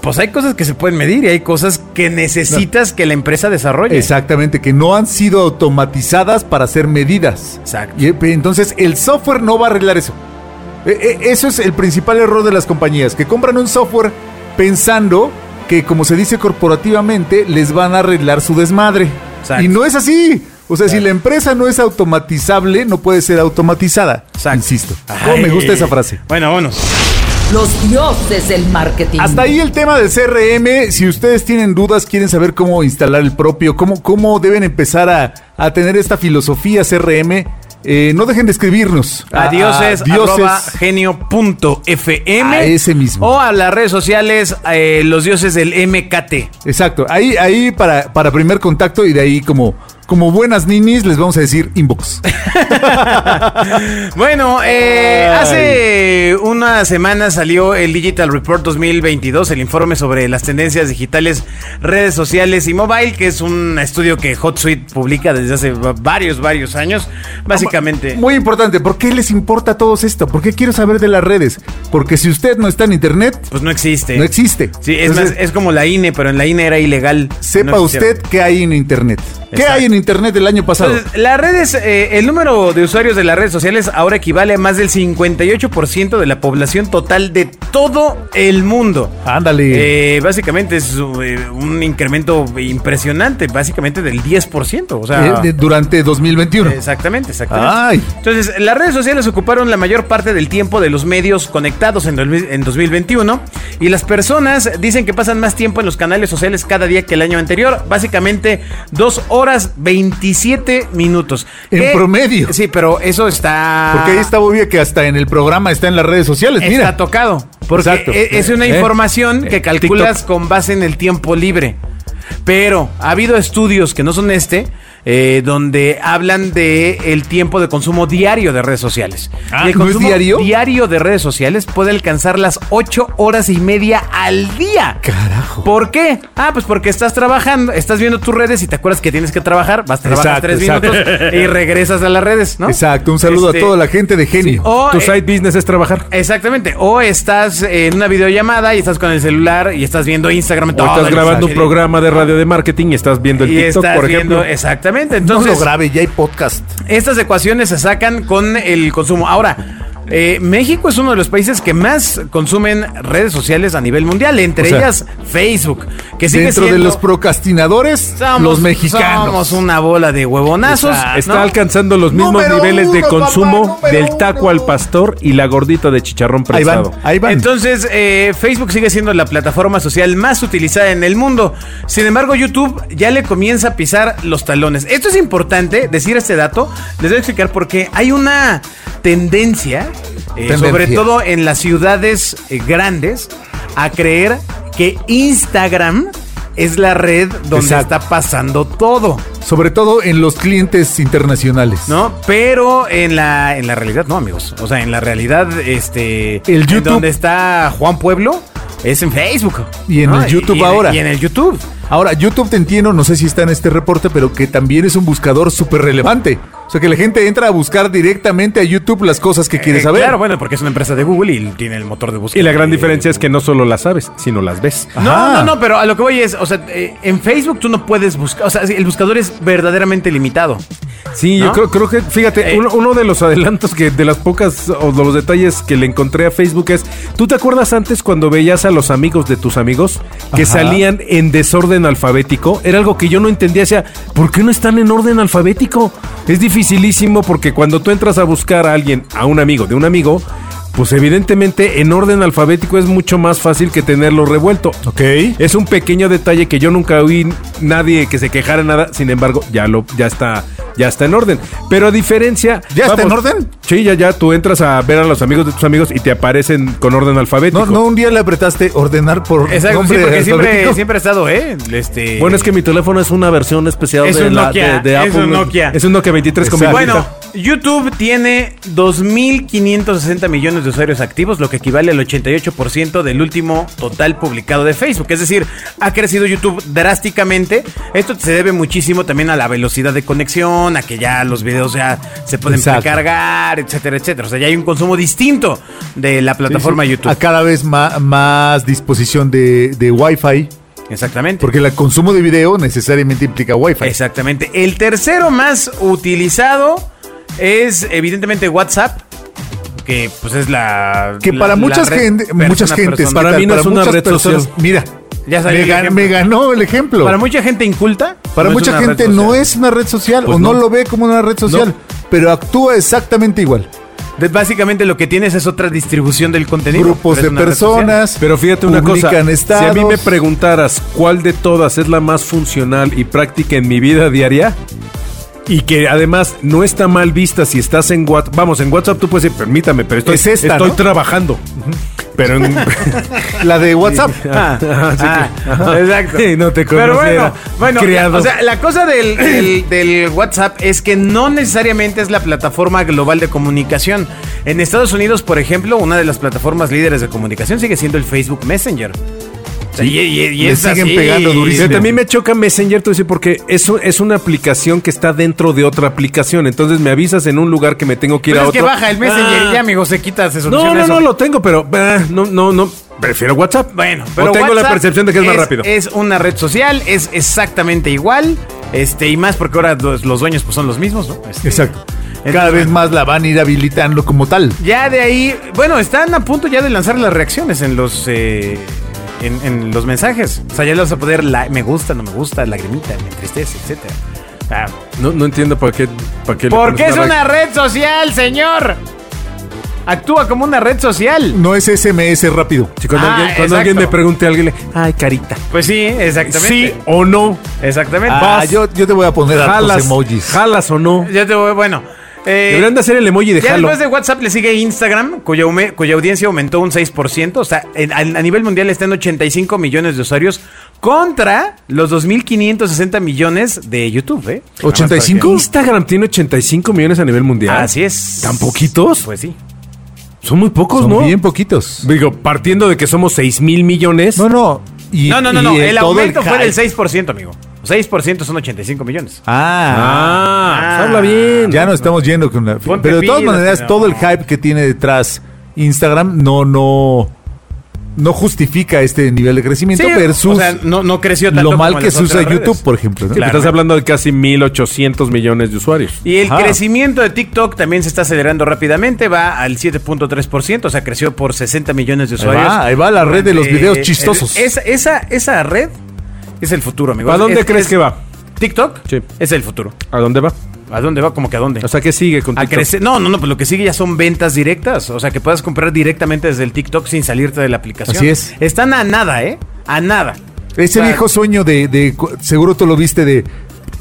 C: Pues hay cosas que se pueden medir y hay cosas que necesitas que la empresa desarrolle.
D: Exactamente, que no han sido automatizadas para ser medidas.
C: Exacto.
D: Y eh, entonces el software no va a arreglar eso. E- e- Eso es el principal error de las compañías, que compran un software pensando que, como se dice corporativamente, les van a arreglar su desmadre.
C: Exacto.
D: Y no es así. O sea, si la empresa no es automatizable, no puede ser automatizada.
C: Exacto.
D: Insisto. ¿Cómo me gusta esa frase?
C: Bueno, bueno.
B: Los dioses del marketing.
D: Hasta ahí el tema del CRM. Si ustedes tienen dudas, quieren saber cómo instalar el propio, cómo, cómo deben empezar a, a tener esta filosofía CRM, eh, no dejen de escribirnos. A- a
C: Adioses,
D: dioses.
C: arroba genio.fm
D: A ese mismo.
C: O a las redes sociales, eh, los dioses del MKT.
D: Exacto. Ahí, ahí para, para primer contacto y de ahí como, como buenas ninis les vamos a decir inbox.
C: Bueno, eh, hace una semana salió el Digital Report 2022, el informe sobre las tendencias digitales, redes sociales y mobile, que es un estudio que HotSuite publica desde hace va- varios, varios años. Básicamente,
D: Ah, Muy importante. ¿Por qué les importa a todos esto? ¿Por qué quiero saber de las redes? Porque si usted no está en internet,
C: pues no existe.
D: no existe.
C: Sí, es,
D: Entonces,
C: más, es como la INE, pero en la INE era ilegal.
D: Sepa
C: No existieron.
D: usted qué hay en internet. ¿Qué
C: Exacto.
D: hay en internet del año pasado?
C: Entonces, las redes, eh, el número de usuarios de las redes sociales ahora equivale a más del 58% de la población total de todo el mundo.
D: Ándale.
C: Eh, básicamente es eh, un incremento impresionante, básicamente del 10%. O sea,
D: Eh, de- durante 2021.
C: Exactamente, exactamente.
D: Ay.
C: Entonces, las redes sociales ocuparon la mayor parte del tiempo de los medios conectados en, dos- en 2021 y las personas dicen que pasan más tiempo en los canales sociales cada día que el año anterior, básicamente 2 horas 27 minutos.
D: En
C: Que-
D: promedio.
C: Sí, pero eso está...
D: Porque ahí está Bobia que hasta en el programa está en las redes sociales.
C: Está
D: Mira.
C: tocado. Porque
D: Exacto.
C: e- es una
E: Eh,
C: información
E: eh,
C: que calculas con base en el tiempo libre. Pero ha habido estudios que no son este, eh, donde hablan de el tiempo de consumo diario de redes sociales. Y el
D: Ah, ¿no es
C: consumo
D: diario?
C: diario de redes sociales puede alcanzar las 8 horas y media al día.
D: Carajo.
C: ¿Por qué? Ah, pues porque estás trabajando, estás viendo tus redes y te acuerdas que tienes que trabajar, vas, trabajas
D: Exacto,
C: tres
D: exacto.
C: minutos y regresas a las redes, ¿no?
D: Exacto. Un saludo
C: Este,
D: a toda la gente de genio.
C: o,
E: tu
C: eh,
E: side business es trabajar.
C: Exactamente. O estás en una videollamada y estás con el celular y estás viendo Instagram.
E: O
C: todo
E: estás
C: el
E: grabando un
C: mensaje.
E: programa de radio de marketing y estás viendo el
C: Y
E: TikTok,
C: estás
E: por ejemplo.
C: viendo, exactamente.
D: no
C: Entonces, eh,
D: lo grave, ya hay podcast.
C: estas ecuaciones se sacan con el consumo. Ahora, eh, México es uno de los países que más consumen redes sociales a nivel mundial, entre
D: O sea,
C: ellas Facebook, que sigue
D: Dentro de
C: siendo-
D: los procrastinadores,
C: somos-
D: los mexicanos.
C: Somos una bola de huevonazos.
E: Está
C: ¿no?
E: alcanzando los mismos
D: Ah, Número
E: niveles de
D: uno,
E: consumo
D: papá, número
E: del taco
D: uno.
E: al pastor y la gordita de chicharrón
D: Ahí van,
E: prensado.
D: ahí van.
C: Entonces, eh, Facebook sigue siendo la plataforma social más utilizada en el mundo. Sin embargo, YouTube ya le comienza a pisar los talones. Esto es importante, decir este dato. Les voy a explicar por qué. Hay una tendencia, eh,
D: Tendencia.
C: sobre todo en las ciudades eh, grandes, a creer que Instagram es la red donde
D: Exacto.
C: está pasando todo.
D: Sobre todo en los clientes internacionales.
C: ¿no? Pero en la, en la realidad, no, amigos. O sea, en la realidad, este.
D: El
C: en
D: YouTube.
C: donde está Juan Pueblo es en Facebook.
D: Y en
C: ¿no?
D: el YouTube ahora.
C: Y en el YouTube.
D: Ahora, YouTube te entiendo, no sé si está en este reporte, pero que también es un buscador súper relevante. O sea, que la gente entra a buscar directamente a YouTube las cosas que quiere
C: Eh,
D: saber.
C: Claro, bueno, porque es una empresa de Google y tiene el motor de búsqueda.
E: Y la gran
C: de-
E: diferencia es que no solo las sabes, sino las ves.
C: No,
D: Eh,
C: no,
D: Ajá.
C: no, pero a lo que voy es, o sea, eh, en Facebook tú no puedes buscar, o sea, sí, el buscador es verdaderamente limitado.
E: Sí,
C: ¿No?
E: yo creo, creo que, fíjate,
C: Eh.
E: uno, uno de los adelantos que, de las pocas o de los detalles que le encontré a Facebook es, ¿tú te acuerdas antes cuando veías a los amigos de tus amigos que salían en desorden alfabético? Era algo que yo no entendía, decía, ¿por qué no están en orden alfabético? Es dificilísimo porque cuando tú entras a buscar a alguien, a un amigo de un amigo, pues evidentemente en orden alfabético es mucho más fácil que tenerlo revuelto.
D: Ok.
C: Eh,
E: Es un pequeño detalle que yo nunca oí nadie que se quejara nada, sin embargo, ya lo, ya está, ya está en orden. Pero a diferencia.
D: ¿Ya está en orden?
E: Sí, ya, ya, tú entras a ver a los amigos de tus amigos y te aparecen con orden alfabético.
D: No, no, un día le apretaste ordenar por.
C: Exacto, sí,
D: nombre
C: porque siempre,
D: alfabético.
C: siempre ha estado, ¿eh? Este...
F: Bueno, es que mi teléfono es una versión especial
C: Es
F: de,
C: un
F: la-
C: Nokia,
F: de- de
C: es
F: Apple.
C: un Nokia.
E: Es un Nokia 23 con
D: Exacto.
E: violeta.
C: Bueno, YouTube tiene 2.560 millones de usuarios activos, lo que equivale al 88% del último total publicado de Facebook. Es decir, ha crecido YouTube drásticamente. Esto se debe muchísimo también a la velocidad de conexión, a que ya los videos ya se pueden
D: Exacto.
C: precargar, etcétera, etcétera. O sea, ya hay un consumo distinto de la plataforma YouTube.
D: A cada vez ma- más, disposición de, de Wi-Fi.
C: Exactamente.
D: Porque el consumo de video necesariamente implica Wi-Fi.
C: Exactamente. El tercero más utilizado es evidentemente WhatsApp, que pues es la
D: Que
C: la-
D: para
C: la
D: muchas,
C: red
D: gente,
C: persona
D: muchas
C: a
D: gentes.
C: persona.
D: ¿qué
E: Para
D: tal?
E: mí no es una
D: muchas
E: red
D: personas-
E: social.
D: Mira,
C: Ya sabía
D: me,
C: el
D: gan-
C: ejemplo.
D: me ganó el ejemplo.
C: Para mucha gente inculta.
D: Para
C: no es
D: mucha
C: una red
D: gente no
C: social.
D: es una red social
E: Pues
D: o no.
E: no.
D: lo ve como una red social, pero actúa exactamente igual.
C: De- Básicamente lo que tienes es otra distribución del contenido.
D: Grupos
C: pero
D: de
C: es una red social.
D: personas.
E: Pero fíjate una cosa,
D: publican
E: si a mí me
D: estados.
E: preguntaras cuál de todas es la más funcional y práctica en mi vida diaria, y que además no está mal vista si estás en WhatsApp, vamos, en WhatsApp tú puedes decir, permítame, pero estoy,
D: Es esta,
E: estoy
D: ¿no?
E: trabajando. Pero en...
D: La de WhatsApp.
C: Ah, ah,
E: Ajá.
C: exacto.
E: Sí, no te
C: Pero bueno,
E: conociera,
C: bueno
E: criado.
C: o sea, la cosa del, del- del WhatsApp es que no necesariamente es la plataforma global de comunicación. En Estados Unidos, por ejemplo, una de las plataformas líderes de comunicación sigue siendo el Facebook Messenger. O sea, y, y- y
D: le
C: es
D: siguen
C: así.
D: pegando durísimo.
E: Fíjate, a mí me choca Messenger, te voy a decir, porque eso es una aplicación que está dentro de otra aplicación. Entonces me avisas en un lugar que me tengo que ir
C: Pero
E: a
C: Pues es
E: otro.
C: que baja el Messenger y ya,
E: Ah.
C: amigo, se quita, se
E: No,
C: soluciona
E: no,
C: eso.
E: no, lo tengo, pero ah, no, no, no. Prefiero WhatsApp.
C: Bueno,
E: O
C: pero
E: tengo la
C: WhatsApp
E: percepción de que es, más rápido.
C: Es una red social, es exactamente igual, este y más porque ahora los, los dueños pues son los mismos, ¿no? Este,
D: Exacto.
C: entonces,
D: Cada vez
C: bueno.
D: más la van a ir habilitando como tal.
C: Ya de ahí, bueno, están a punto ya de lanzar las reacciones en los eh, en, en los mensajes. O sea, ya le vas a poder la- me gusta, no me gusta, lagrimita, me entristece, etcétera. Ah,
E: No, no entiendo para qué. Para qué le
C: porque es
E: pones
C: una red social, señor. Actúa como una red social.
D: No es SMS rápido.
E: Sí, cuando
C: Ah,
E: alguien, cuando alguien
C: exacto.
E: me pregunte a alguien, le, ay, carita.
C: Pues sí, exactamente.
E: ¿Sí o no?
C: exactamente.
D: Ah,
C: Vas.
D: yo, yo te voy a poner a los
E: ¿Jalas,
D: emojis.
E: ¿Jalas o no?
C: Ya te voy, bueno. eh,
E: Deberían de hacer el emoji de
C: Ya
E: jalo.
C: después de WhatsApp le sigue Instagram, cuya, aume- cuya audiencia aumentó un 6%. O sea, en- a, a nivel mundial está en 85 millones de usuarios contra los 2.560 millones de YouTube, ¿eh?
D: ¿85?
E: Instagram tiene 85 millones a nivel mundial.
C: Así es.
E: ¿Tan poquitos?
C: Pues sí.
E: Son muy pocos,
D: Son
E: ¿no?
D: bien poquitos.
E: Digo, partiendo de que somos 6 mil millones.
D: No, no. y-
C: no, no, no,
D: y,
C: no.
D: eh,
C: El
D: todo
C: aumento fue
D: hype.
C: del 6%, amigo. 6% son 85 millones.
D: Ah,
E: Ah,
C: Ah.
E: pues habla bien.
D: ya no estamos yendo con la.
C: Ponte
D: Pero de todas
C: pilas,
D: maneras,
C: señor.
D: todo el hype que tiene detrás Instagram no, no, no justifica este nivel de crecimiento
C: Sí,
D: versus
C: o sea, no, no creció tanto
D: lo
C: como
D: mal
C: en
D: que
C: las
D: se usa
C: otras redes.
D: YouTube, por ejemplo. ¿no?
E: Porque
C: Claro.
E: Estás hablando de casi 1.800 millones de usuarios.
C: Y el
D: Ajá.
C: crecimiento de TikTok también se está acelerando rápidamente, va al 7.3%, o sea, creció por 60 millones de
D: Ahí
C: usuarios.
D: va, ahí va la red de los
C: Eh,
D: videos
C: eh,
D: chistosos.
C: el- esa, esa, esa red es el futuro, amigo.
E: ¿A dónde
C: Es-
E: crees
C: es-
E: que va?
C: ¿TikTok?
E: Sí.
C: Es el futuro.
E: ¿A dónde va?
C: ¿A dónde va? Como que a dónde.
E: O sea, ¿qué sigue con
C: a
E: TikTok?
C: crecer. No, no, no, pues lo que sigue ya son ventas directas. O sea, que puedas comprar directamente desde el TikTok sin salirte de la aplicación.
D: Así es.
C: Están a nada, ¿eh? A nada.
D: Ese
C: O sea,
D: viejo sueño de, de- cu- seguro tú lo viste, de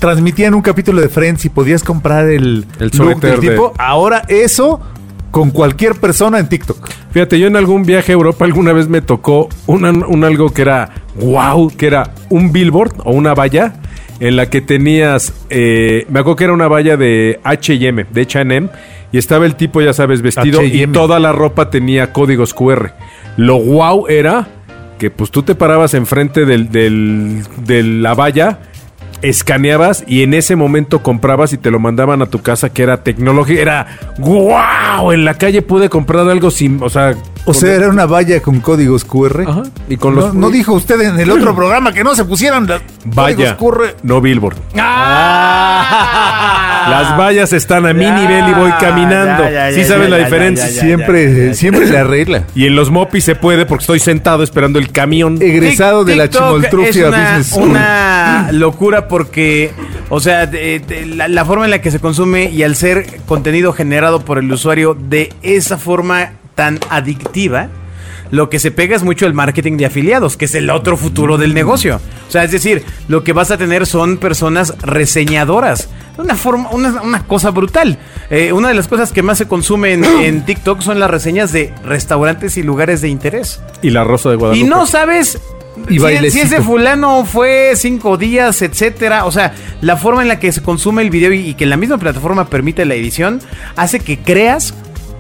D: transmitían un capítulo de Friends y podías comprar el,
E: El
D: look
E: suéter
D: del
E: de-
D: tipo. Ahora eso con cualquier persona en TikTok.
E: Fíjate, yo en algún viaje a Europa alguna vez me tocó un, un algo que era wow, que era un billboard o una valla en la que tenías, eh, me acuerdo que era una valla de H&M, de H&M, y estaba el tipo, ya sabes, vestido y
D: H&M.
E: toda la ropa tenía códigos QR. Lo wow era que pues tú te parabas enfrente del, del- de la valla, escaneabas y en ese momento comprabas y te lo mandaban a tu casa que era tecnología, era wow, en la calle pude comprar algo sin, o sea,
D: O sea, era una valla con códigos QR.
E: Ajá, y con los-
D: no, no dijo usted en el otro programa que no se pusieran las
E: Vaya,
D: códigos QR.
E: no billboard.
C: Ah.
E: Las vallas están a mi
C: Ya,
E: nivel y voy caminando.
C: ya, ya,
E: ¿Sí
C: ya,
E: sabes
C: ya,
E: la
C: ya,
E: diferencia?
C: ya, ya, ya.
D: Siempre, siempre la regla.
E: Y en los mopis se puede porque estoy sentado esperando el camión.
D: Egresado de la
C: TikTok
D: Chimoltrufia
C: es una,
D: Business School.
C: una locura porque, o sea, de- de- la, la forma en la que se consume y al ser contenido generado por el usuario de esa forma tan adictiva, lo que se pega es mucho el marketing de afiliados, que es el otro futuro del negocio. O sea, es decir, lo que vas a tener son personas reseñadoras. Una, forma, una, una cosa brutal. Eh, una de las cosas que más se consume en- en TikTok son las reseñas de restaurantes y lugares de interés.
E: Y la Rosa de Guadalupe.
C: Y no sabes
D: Y
C: si,
D: bailecito.
C: si ese fulano fue cinco días, etcétera. O sea, la forma en la que se consume el video y, y que la misma plataforma permite la edición hace que creas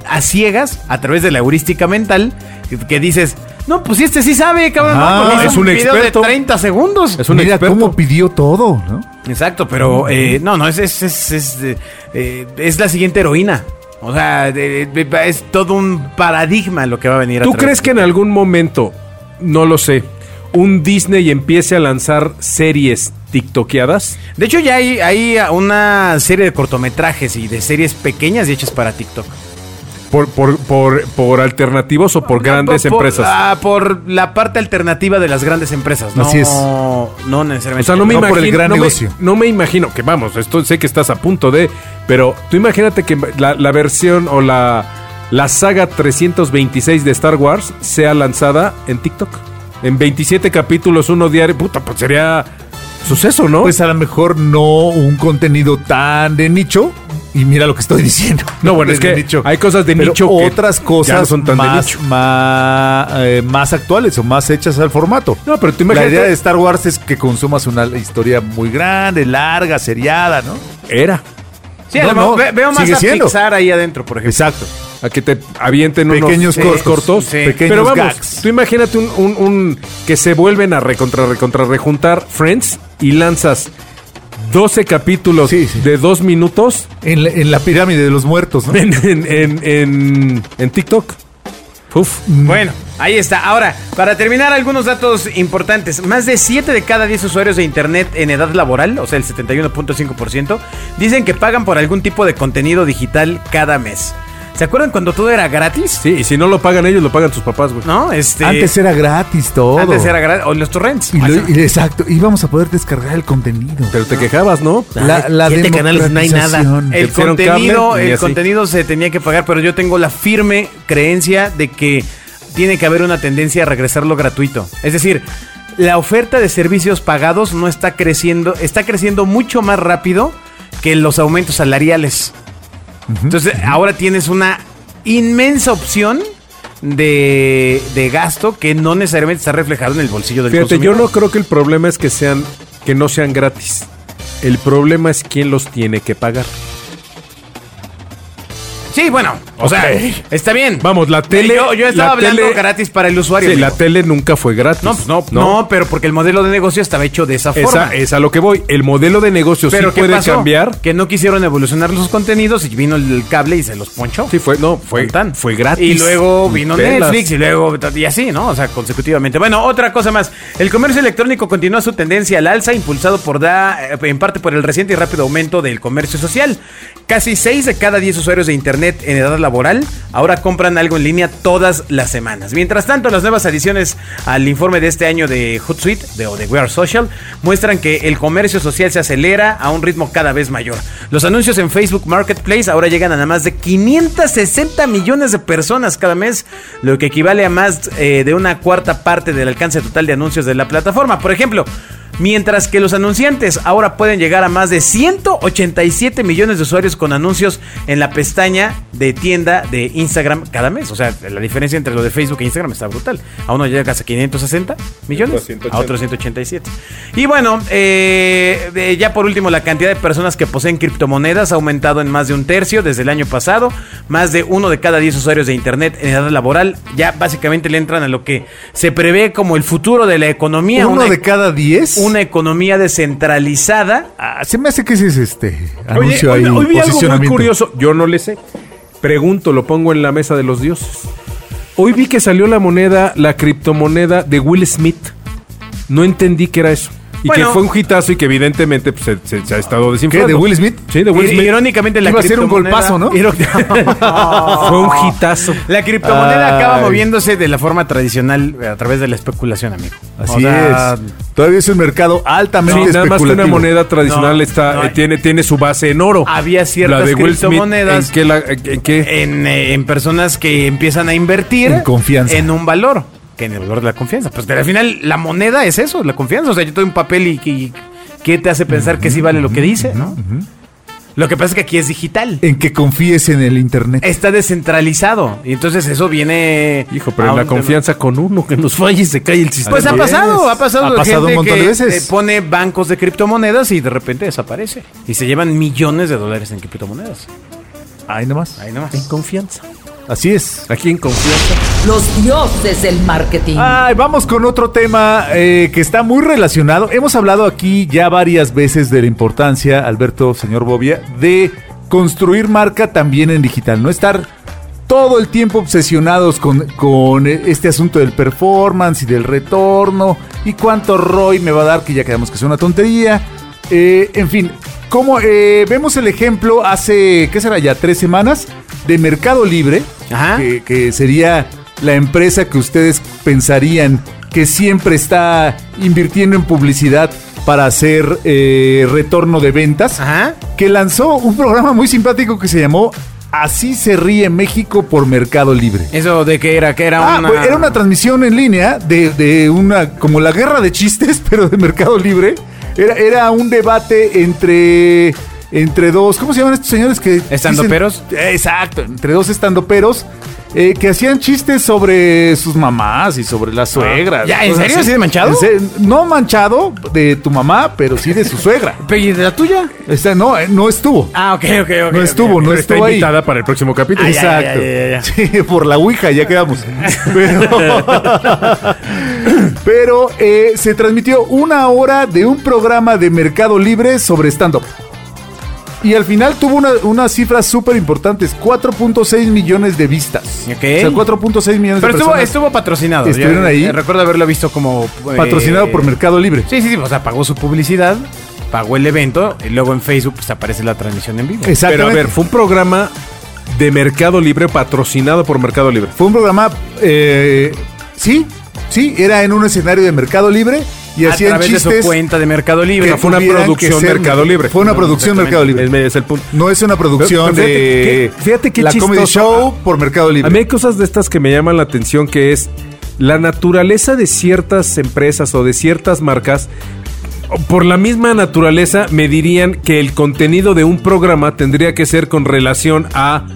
C: a ciegas a través de la heurística mental que, que dices. No, pues este sí sabe, cabrón. no,
D: Ah,
C: porque hizo
E: es un
C: video
E: experto.
C: de 30 segundos.
E: Es un
D: Mira
E: experto.
D: cómo pidió todo, ¿no?
C: Exacto, pero eh, no, no, es, es, es, es, eh, eh, es la siguiente heroína. O sea, de- de- de- es todo un paradigma lo que va a venir. a
E: ¿Tú
C: través-
E: crees que en algún momento, no lo sé, un Disney empiece a lanzar series tiktokeadas?
C: De hecho, ya hay, hay una serie de cortometrajes y de series pequeñas y hechas para TikTok.
E: ¿Por, por, por, por alternativos o por grandes
C: Por- por-
E: empresas?
C: ah, por la parte alternativa de las grandes empresas. No,
D: Así es.
C: No necesariamente.
E: O sea, no me
D: No
E: imagino.
D: por el gran
E: no me-
D: negocio.
E: no me imagino que vamos, esto sé que estás a punto de. Pero tú imagínate que la, la versión o la, la saga 326 de Star Wars sea lanzada en TikTok. En 27 capítulos, uno diario. Puta, pues sería suceso, ¿no?
D: Pues a lo mejor no un contenido tan de nicho. Y mira lo que estoy diciendo.
E: No, bueno, es
D: De
E: que hay cosas de
D: Pero
E: nicho que
D: Otras
E: ya
D: cosas
E: no son tan de
D: más,
E: nicho.
D: Más, eh, más actuales o más hechas al formato.
E: No, pero tú
D: La
E: imagínate-
D: idea de Star Wars es que consumas una historia muy grande, larga, seriada, ¿no?
E: Era.
C: Sí,
D: No,
C: además,
D: no,
C: ve- veo más
D: sigue
C: a
D: siendo.
C: Pixar ahí adentro, por ejemplo.
D: Exacto.
E: A que te avienten
D: Pequeños
E: unos eh,
D: cortos,
E: cortos.
C: sí.
D: Pequeños
E: Pero vamos,
D: gags.
E: tú imagínate un, un- un- que se vuelven a recontra, recontra, rejuntar Friends y lanzas 12 capítulos
D: Sí, sí.
E: de 2 minutos
D: En la, en la pirámide de los muertos, ¿no?
E: en, en- en- en- en TikTok. Uf.
C: Bueno, ahí está. Ahora, para terminar, algunos datos importantes. Más de 7 de cada 10 usuarios de Internet en edad laboral, o sea, el 71.5%, dicen que pagan por algún tipo de contenido digital cada mes. ¿Se acuerdan cuando todo era gratis?
E: Sí, y si no lo pagan ellos, lo pagan sus papás, güey.
C: ¿No? Este,
D: Antes era gratis todo.
C: Antes era gratis. O los torrents.
D: Y lo- y- exacto, íbamos a poder descargar el contenido.
E: Pero te quejabas, ¿no?
D: la la
F: siete canales, no hay nada.
D: democratización.
C: el
E: hicieron
C: contenido,
E: cable y
C: el
E: así.
C: contenido se tenía que pagar, pero yo tengo la firme creencia de que tiene que haber una tendencia a regresarlo gratuito. Es decir, la oferta de servicios pagados no está creciendo, está creciendo mucho más rápido que los aumentos salariales. Entonces, ahora tienes una inmensa opción de, de gasto que no necesariamente está reflejado en el bolsillo del
E: Fíjate, yo
C: consumidor.
E: no creo que el problema es que sean, que no sean gratis. El problema es quién los tiene que pagar.
C: Sí, bueno, o sea, está bien.
E: Vamos, la tele-
C: Yo, yo estaba
E: la
C: hablando
E: tele-
C: gratis para el usuario.
E: Sí, la
C: amigo.
E: tele nunca fue gratis.
C: No, pues no, no, pero porque el modelo de negocio estaba hecho de esa forma.
E: Esa, es a lo que voy. El modelo de negocio
C: pero
E: sí
C: ¿qué
E: puede
C: pasó?
E: cambiar.
C: Que no quisieron evolucionar los contenidos y vino el cable y se los ponchó.
E: Sí, fue, no, fue,
C: Tan.
E: fue gratis.
C: Y luego vino
E: Pelas.
C: Netflix y luego y así, ¿no? O sea, consecutivamente. Bueno, otra cosa más. El comercio electrónico continúa su tendencia al alza, impulsado por da, eh, en parte por el reciente y rápido aumento del comercio social. Casi 6 de cada 10 usuarios de Internet en edad laboral ahora compran algo en línea todas las semanas. Mientras tanto, las nuevas adiciones al informe de este año de Hootsuite de, o de We Are Social muestran que el comercio social se acelera a un ritmo cada vez mayor. Los anuncios en Facebook Marketplace ahora llegan a más de 560 millones de personas cada mes, lo que equivale a más eh, de una cuarta parte del alcance total de anuncios de la plataforma. Por ejemplo, mientras que los anunciantes ahora pueden llegar a más de 187 millones de usuarios con anuncios en la pestaña de tienda de Instagram cada mes. O sea, la diferencia entre lo de Facebook e Instagram está brutal. A uno llega hasta 560 millones, a otro 187. Y bueno, eh, eh, ya por último, la cantidad de personas que poseen criptomonedas ha aumentado en más de un tercio desde el año pasado. Más de uno de cada diez usuarios de Internet en edad laboral ya básicamente le entran a lo que se prevé como el futuro de la economía.
D: Uno
C: una- e-,
D: de cada diez.
C: una economía descentralizada.
D: Ah, se me hace que ese es este
E: Oye,
D: anuncio
E: hoy,
D: ahí.
E: hoy vi algo muy
D: posicionamiento.
E: curioso. Yo no le sé. Pregunto, lo pongo en la mesa de los dioses. Hoy vi que salió la moneda, la criptomoneda de Will Smith. No entendí qué era eso. Y
C: Bueno.
E: que fue un hitazo y que evidentemente pues, se, se- se ha estado
D: ¿Qué?
E: desinflando.
D: ¿De Will Smith?
E: Sí, de Will
C: I-
E: Smith.
C: Irónicamente la
D: Iba a ser un
C: criptomoneda-
D: golpazo, ¿no?
C: Iro-
E: Fue un hitazo.
C: La criptomoneda acaba
E: Ay.
C: moviéndose de la forma tradicional eh, a través de la especulación, amigo.
D: Así
C: O sea,
D: es. Todavía es un mercado altamente
E: Sí, nada más que
D: especulativo.
E: una moneda tradicional
C: No,
E: está,
C: no
E: eh,
C: hay-
E: tiene, tiene su base en oro.
C: Había ciertas
E: La de Will Smith,
C: criptomonedas
E: ¿En qué? la- en qué?
C: En, eh, en personas que empiezan a invertir
D: En confianza.
C: en un valor, que en el valor de la confianza. Pues pero al final la moneda es eso, la confianza. O sea, yo te doy un papel y, que ¿qué te hace pensar que sí vale lo que dice? ¿no? Lo que pasa es que aquí es digital.
D: En que confíes en el internet.
C: Está descentralizado. Y entonces eso viene.
E: Hijo, pero
C: a
E: en la
C: un tema-
E: confianza con uno que nos falle se cae el sistema.
C: Pues ha
D: Así
C: pasado,
D: es.
C: ha pasado,
D: Ha
C: de
D: pasado
C: gente
D: un montón de
C: que,
D: veces.
C: eh, pone bancos de criptomonedas y de repente desaparece. Y se llevan millones de dólares en criptomonedas.
D: Ahí nomás.
C: Ahí nomás.
F: En confianza.
D: Así es.
E: Aquí en confianza.
B: Los dioses del marketing.
D: Ay, vamos con otro tema eh, que está muy relacionado. Hemos hablado aquí ya varias veces de la importancia, Alberto, señor Bobia, de construir marca también en digital. No estar todo el tiempo obsesionados con, con eh, este asunto del performance y del retorno y cuánto ROI me va a dar, que ya quedamos que es una tontería. Eh, en fin, como eh, vemos el ejemplo hace, ¿qué será ya? Tres semanas de Mercado Libre,
C: Ajá.
D: que que- que sería la empresa que ustedes pensarían que siempre está invirtiendo en publicidad para hacer eh, retorno de ventas,
C: Ajá.
D: que lanzó un programa muy simpático que se llamó Así se ríe México por Mercado Libre.
C: Eso de que era, que era
D: Ah,
C: una.
D: pues, era una transmisión en línea de, de una, como la guerra de chistes, pero de Mercado Libre. Era, era un debate entre, entre dos, ¿cómo se llaman estos señores que... dicen-
C: ¿Estandoperos?
D: Eh, Exacto, entre dos estandoperos eh, que hacían chistes sobre sus mamás y sobre las suegras.
C: Ah, ¿Ya, en
D: cosas
C: serio? ¿Así de manchado?
D: En se- No manchado de tu mamá, pero sí de su suegra.
C: ¿Y de la tuya?
D: Esta, no, eh, no estuvo.
C: Ah, ok, ok, ok.
D: No
C: ok.
D: estuvo, no
E: Pero está
D: estuvo ahí.
E: invitada para el próximo capítulo.
C: Ay, ay, ay,
D: Exacto.
C: ay, ay.
D: Sí, por la Ouija, ya quedamos. Pero, pero, eh, se transmitió una hora de un programa de Mercado Libre sobre stand-up. Y al final tuvo una- unas cifras súper importantes, 4.6 millones de vistas.
C: Ok.
D: O sea, 4.6 millones
C: Pero
D: de
C: estuvo,
D: personas
C: estuvo patrocinado.
D: Estuvieron ahí.
C: eh, Recuerdo haberlo visto como. eh,
D: patrocinado por Mercado Libre.
C: Sí, sí, sí. O sea, pagó su publicidad, pagó el evento y luego en Facebook pues, aparece la transmisión en vivo.
E: Pero a
D: Exactamente.
E: ver, fue un programa de Mercado Libre patrocinado por Mercado Libre.
D: Fue un programa, eh, sí, sí, era en un escenario de Mercado Libre y
C: a
D: hacían
C: través de su
D: chistes.
C: cuenta de Mercado
E: O
C: Libre.
E: sea, fue una
D: tuvieran que
E: producción
D: ser-
E: Mercado Libre.
D: fue una producción Mercado Libre.
E: Es, es el punto.
D: No es una producción
E: Pero- pero
D: de
E: fíjate que- fíjate qué
D: la
E: chistoso.
D: Comedy Show por Mercado
E: A mí
D: Libre.
E: hay cosas de estas que me llaman la atención, que es la naturaleza de ciertas empresas o de ciertas marcas. Por la misma naturaleza me dirían que el contenido de un programa tendría que ser con relación a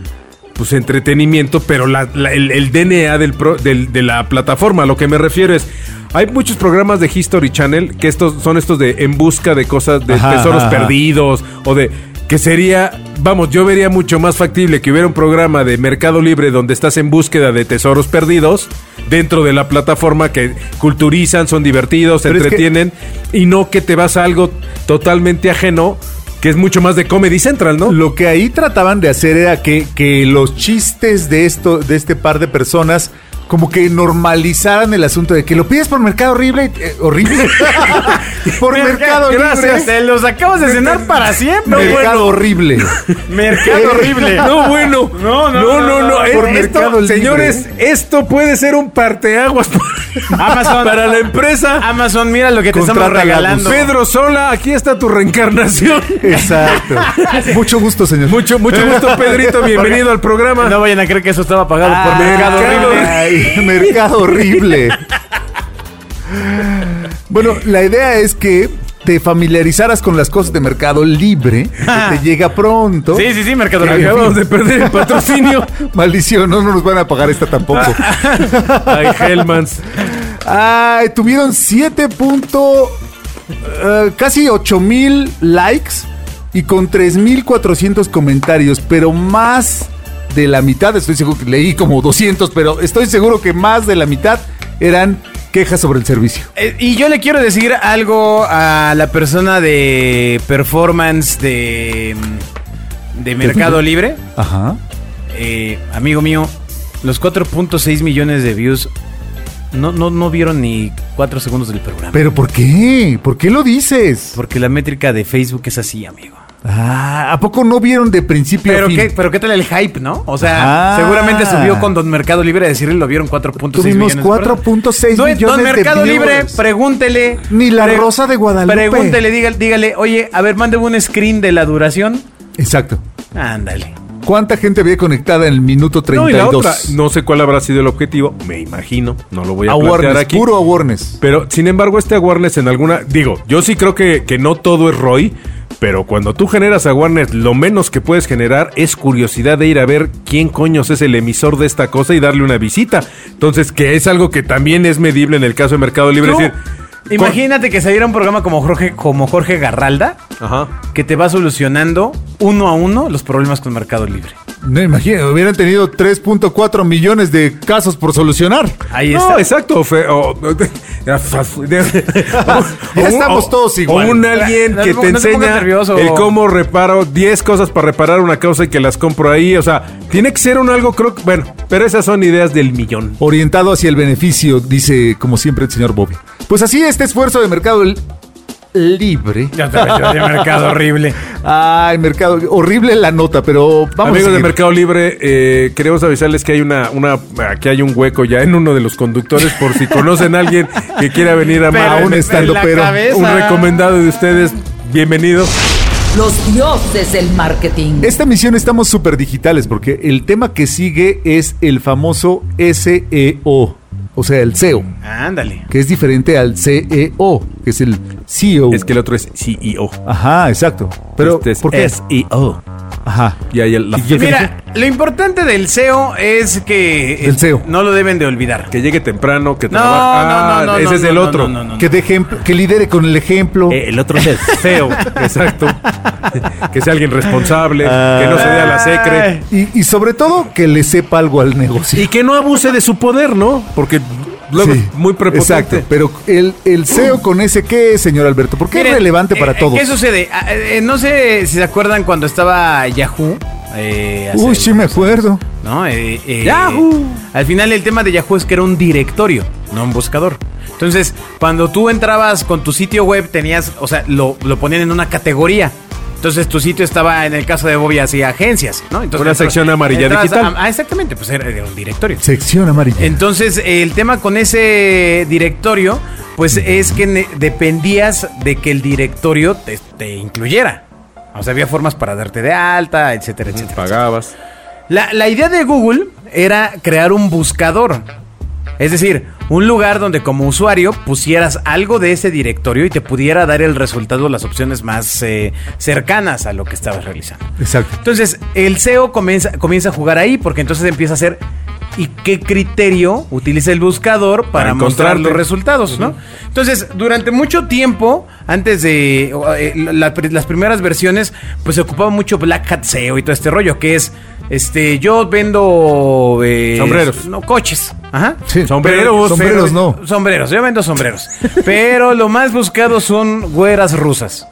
E: pues entretenimiento, pero la- la- el, el DNA del pro- del- de la plataforma, a lo que me refiero es, hay muchos programas de History Channel que estos son estos de en busca de cosas, de
D: Ajá,
E: tesoros
D: ajá, ajá.
E: perdidos perdidos, o de que sería, vamos, yo vería mucho más factible que hubiera un programa de Mercado Libre donde estás en búsqueda de tesoros perdidos dentro de la plataforma que culturizan, son divertidos,
D: Pero es que-
E: entretienen y no que te vas a algo totalmente ajeno que es mucho más de Comedy Central, ¿no?
D: Lo que ahí trataban de hacer era que, que los chistes de esto, de este par de personas, como que normalizaran el asunto de que lo pides por Mercado Horrible, eh, horrible, por Mercado Libre,
C: Gracias. Te los acabas de cenar para siempre. bueno.
D: Mercado Horrible.
C: Mercado horrible.
E: No, bueno.
C: No, no,
E: no, no.
C: no, no,
E: eh,
D: por
E: esto,
D: Mercado Libre.
E: señores, esto puede ser un parteaguas
C: Amazon.
E: para la empresa.
C: Amazon, mira lo que te estamos
D: Contrata a Gabus.
C: regalando.
E: Pedro Sola, aquí está tu reencarnación.
D: Exacto. Mucho gusto, señor.
E: Mucho, mucho gusto, Pedrito. Bienvenido al programa.
C: No vayan a creer que eso estaba pagado
D: Ah,
C: por Mercado
E: Ah, Mercado
C: Horrible.
D: Ay, mercado horrible. Bueno, la idea es que te familiarizaras con las cosas de mercado libre, que te llega pronto.
C: Sí, sí, sí, Mercado Horrible.
E: Acabamos de perder el patrocinio.
D: Maldición, no, no nos van a pagar esta tampoco.
E: Ay, Hellmans.
D: Ay, tuvieron 7. punto, eh, casi 8 mil likes y con 3.400 comentarios, pero más de la mitad, estoy seguro que leí como 200, pero estoy seguro que más de la mitad eran quejas sobre el servicio.
C: Eh, Y yo le quiero decir algo a la persona de performance de, de Mercado Libre.
D: Ajá.
C: Eh, amigo mío, Los 4.6 millones de views no, no, no vieron ni 4 segundos del programa.
D: ¿Pero por qué? ¿Por qué lo dices?
C: Porque la métrica de Facebook es así, amigo.
D: Ah, ¿A poco no vieron de principio a
C: Pero
D: fin?
C: qué, pero qué tal el hype, ¿no? O sea,
D: Ah.
C: seguramente subió con Don Mercado Libre a decirle lo vieron 4.6 millones.
D: Tuvimos
C: de
D: 4.6
C: personas. Don-
D: millones de
C: Don Mercado
D: views.
C: Libre, pregúntele.
D: Ni la Rosa de Guadalupe.
C: Pregúntele, dígale, dígale, oye, a ver, mándeme un screen de la duración.
D: Exacto.
C: Ándale.
D: ¿Cuánta gente había conectada en el minuto
E: No,
D: 32?
E: y la otra, no sé cuál habrá sido el objetivo, me imagino, no lo voy a plantear
D: awareness,
E: aquí.
D: puro awareness.
E: Pero, sin embargo, este awareness en alguna... Digo, yo sí creo que, que no todo es Roy, pero cuando tú generas awareness, lo menos que puedes generar es curiosidad de ir a ver quién coños es el emisor de esta cosa y darle una visita. Entonces, que es algo que también es medible en el caso de Mercado Libre.
C: Tú,
E: es decir,
C: imagínate que saliera un programa como Jorge, como Jorge Garralda,
E: con- Ajá.
C: que te va solucionando uno a uno los problemas con Mercado Libre.
D: No imagino, hubieran tenido 3.4 millones de casos por solucionar.
C: Ahí
E: no,
C: está.
E: exacto. fe- o- o-
D: Ya estamos
E: o-
D: todos igual.
E: O un alguien
C: No te
E: que
C: pongas-
E: te
C: no te pongas
E: enseña
C: nervioso.
E: el cómo reparo 10 cosas para reparar una causa y que las compro ahí. O sea, tiene que ser un algo, creo que. Bueno, pero esas son ideas del millón.
D: Orientado hacia el beneficio, dice como siempre el señor Bobby. Pues así este esfuerzo de mercado l- libre.
C: Ya te ves, yo de Mercado Horrible.
D: Ay, mercado, horrible la nota, pero vamos a
E: Amigos de
D: seguir.
E: Mercado Libre, eh, queremos avisarles que hay una, una, que hay un hueco ya en uno de los conductores por si conocen a alguien que quiera venir a
C: Pero
E: a
D: aún
E: un,
C: en
D: estando,
C: la
D: pero,
C: cabeza.
E: un recomendado de ustedes. Bienvenido.
B: Los dioses del marketing.
D: Esta misión estamos súper digitales porque el tema que sigue es el famoso SEO, o sea, el SEO,
C: Ándale.
D: que es diferente al CEO, que es el E CEO.
E: Es que el otro es E CEO.
D: Ajá, exacto. Pero
E: Este es
D: ¿por qué?
E: SEO.
D: Ajá.
E: Y ahí el- la-
C: Mira, lo importante del SEO es que eh,
D: Del SEO.
C: no lo deben de olvidar.
E: que llegue temprano, que
C: No,
E: trabaja.
C: no, no, no,
E: Ah, Ese
C: no,
E: es
C: no,
E: el
C: no,
E: otro.
C: no, no, no.
D: Que, de ejempl- que lidere con el ejemplo.
E: Eh, el otro es
C: E
E: feo. Exacto. que sea alguien responsable, que no se dé a la secre.
D: Y, y sobre todo que le sepa algo al negocio.
E: Y que no abuse de su poder, ¿no? Porque luego
D: Sí,
E: es muy prepotente.
D: Exacto, pero el, el SEO con ese, ¿qué es, señor Alberto? Porque
C: Miren,
D: es relevante para
C: eh,
D: todos.
C: ¿Qué sucede? Ah, eh, eh, no sé si se acuerdan cuando estaba Yahoo. eh, hace-
D: Uy, sí me acuerdo.
C: ¿no? Eh, eh,
E: ¡Yahoo!
C: Al final el tema de Yahoo es que era un directorio, no un buscador. Entonces, cuando tú entrabas con tu sitio web, tenías, o sea, lo, lo ponían en una categoría. Entonces tu sitio estaba, en el caso de Bobby, hacía agencias, ¿no? Entonces,
E: Una sección amarilla digital.
C: Ah, exactamente, pues era, era un directorio.
D: Sección amarilla.
C: Entonces, el tema con ese directorio, pues es que ne- dependías de que el directorio te, te incluyera. O sea, había formas para darte de alta, etcétera, etcétera.
E: Pagabas.
C: La, la idea de Google era crear un buscador. Es decir, un lugar donde como usuario pusieras algo de ese directorio y te pudiera dar el resultado, las opciones más eh, cercanas a lo que estabas realizando.
D: Exacto.
C: Entonces, el SEO comienza, comienza a jugar ahí porque entonces empieza a hacer y qué criterio utiliza el buscador para,
E: Para
C: mostrar
E: encontrarte.
C: los resultados, ¿no? Entonces, durante mucho tiempo, antes de o, eh, la- las primeras versiones, pues se ocupaba mucho Black Hat SEO y todo este rollo, que es, este, yo vendo... eh,
E: Sombreros.
C: No, coches. Ajá.
D: Sí.
E: Sombreros,
D: Sombreros no.
C: Sombreros, yo vendo sombreros. Pero lo más buscado son güeras rusas.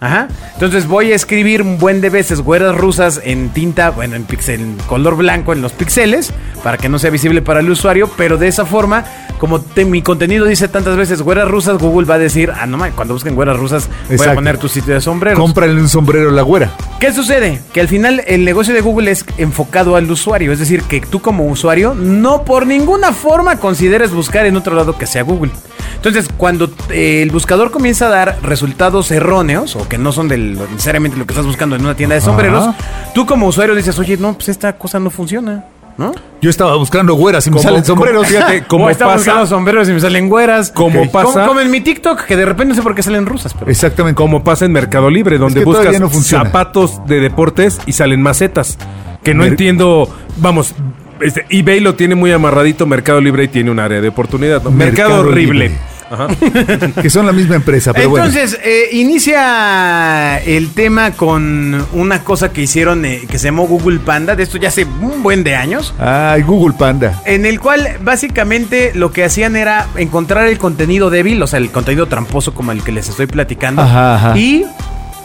C: Ajá. Entonces voy a escribir un buen de veces güeras rusas en tinta, bueno, en pixel, en color blanco en los píxeles, para que no sea visible para el usuario, pero de esa forma, como te- mi contenido dice tantas veces güeras rusas, Google va a decir, ah, no, ma, cuando busquen güeras rusas, voy a
D: Exacto.
C: poner tu sitio de sombreros.
D: Cómprale un sombrero a la güera.
C: ¿Qué sucede? Que al final el negocio de Google es enfocado al usuario, es decir, que tú como usuario no por ninguna forma consideres buscar en otro lado que sea Google. Entonces, cuando eh, el buscador comienza a dar resultados erróneos o que no son del- necesariamente lo que estás buscando en una tienda de sombreros,
D: Ajá.
C: tú como usuario dices, oye, no, pues esta cosa no funciona, ¿no?
D: Yo estaba buscando güeras y me
E: Como-
D: salen sombreros.
E: como- fíjate, como
C: O está
E: pasa-
C: buscando sombreros y me salen güeras.
E: Como
C: Ok.
E: pasa-
C: Como, como en mi TikTok, que de repente no sé por qué salen rusas, pero...
D: Exactamente.
E: Como pasa en Mercado Libre, donde
D: que todavía
E: buscas
D: no funciona.
E: zapatos de deportes y salen macetas. Que no
D: Mer-
E: entiendo. Vamos, este, eBay lo tiene muy amarradito, Mercado Libre y tiene un área de oportunidad. ¿no? Mercado,
D: Mercado
E: horrible.
D: Libre.
E: Ajá.
D: Que son la misma empresa, pero bueno.
C: Entonces, eh, inicia el tema con una cosa que hicieron eh, que se llamó Google Panda, de esto ya hace un buen de años,
D: Ay, Google Panda.
C: en el cual básicamente lo que hacían era encontrar el contenido débil, o sea, el contenido tramposo como el que les estoy platicando,
D: Ajá, ajá.
C: y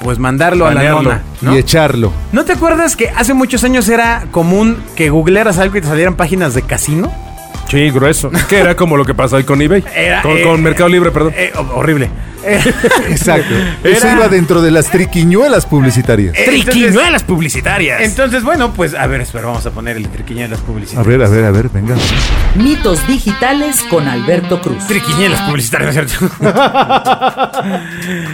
C: pues mandarlo a
E: Banearlo.
C: la nona. ¿no?
D: Y echarlo.
C: ¿No te acuerdas que hace muchos años era común que googlearas algo y te salieran páginas de casino?
E: Sí, grueso. Que era como lo que pasa hoy con eBay.
C: Era,
E: con,
C: eh,
E: con Mercado Libre, perdón.
C: Eh, ho- horrible. Eh,
D: Exacto. Eso
C: Era-
D: iba dentro de las triquiñuelas publicitarias.
C: eh, entonces-
E: Triquiñuelas publicitarias.
C: Entonces, bueno, pues a ver, espera, vamos a poner el triquiñuelas
D: A
C: publicitarias.
D: ver, a ver, a ver, venga.
B: Mitos digitales con Alberto Cruz.
C: Triquiñuelas publicitarias, ¿no es ¿cierto?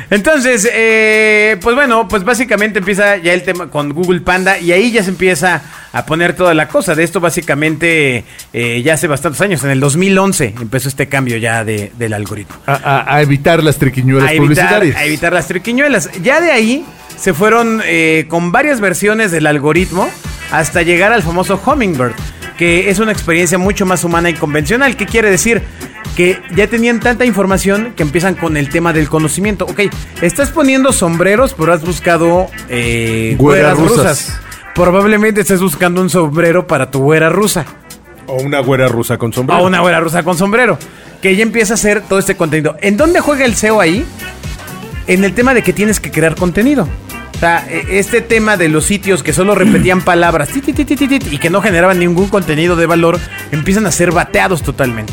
C: Entonces, eh, pues bueno, pues básicamente empieza ya el tema con Google Panda y ahí ya se empieza a poner toda la cosa. De esto básicamente eh, ya hace bastantes años, en el 2011 empezó este cambio ya de- del algoritmo.
D: A, a- a evitar las triquiñuelas
C: a evitar,
D: publicitarias.
C: a evitar las triquiñuelas. Ya de ahí se fueron eh, con varias versiones del algoritmo hasta llegar al famoso Hummingbird, que es una experiencia mucho más humana y convencional. ¿Qué quiere decir? Que ya tenían tanta información que empiezan con el tema del conocimiento. Ok, estás poniendo sombreros, pero has buscado eh,
D: Güeras
C: güeras rusas.
D: rusas.
C: Probablemente estés buscando un sombrero para tu güera rusa.
E: o una güera rusa con
C: A
E: sombrero.
C: una güera rusa con sombrero. Que ya empieza a hacer todo este contenido. ¿En dónde juega el SEO ahí? En el tema de que tienes que crear contenido. O sea, e- este tema de los sitios que solo repetían palabras ti, ti, ti, ti, ti, ti, y que no generaban ningún contenido de valor, empiezan a ser bateados totalmente.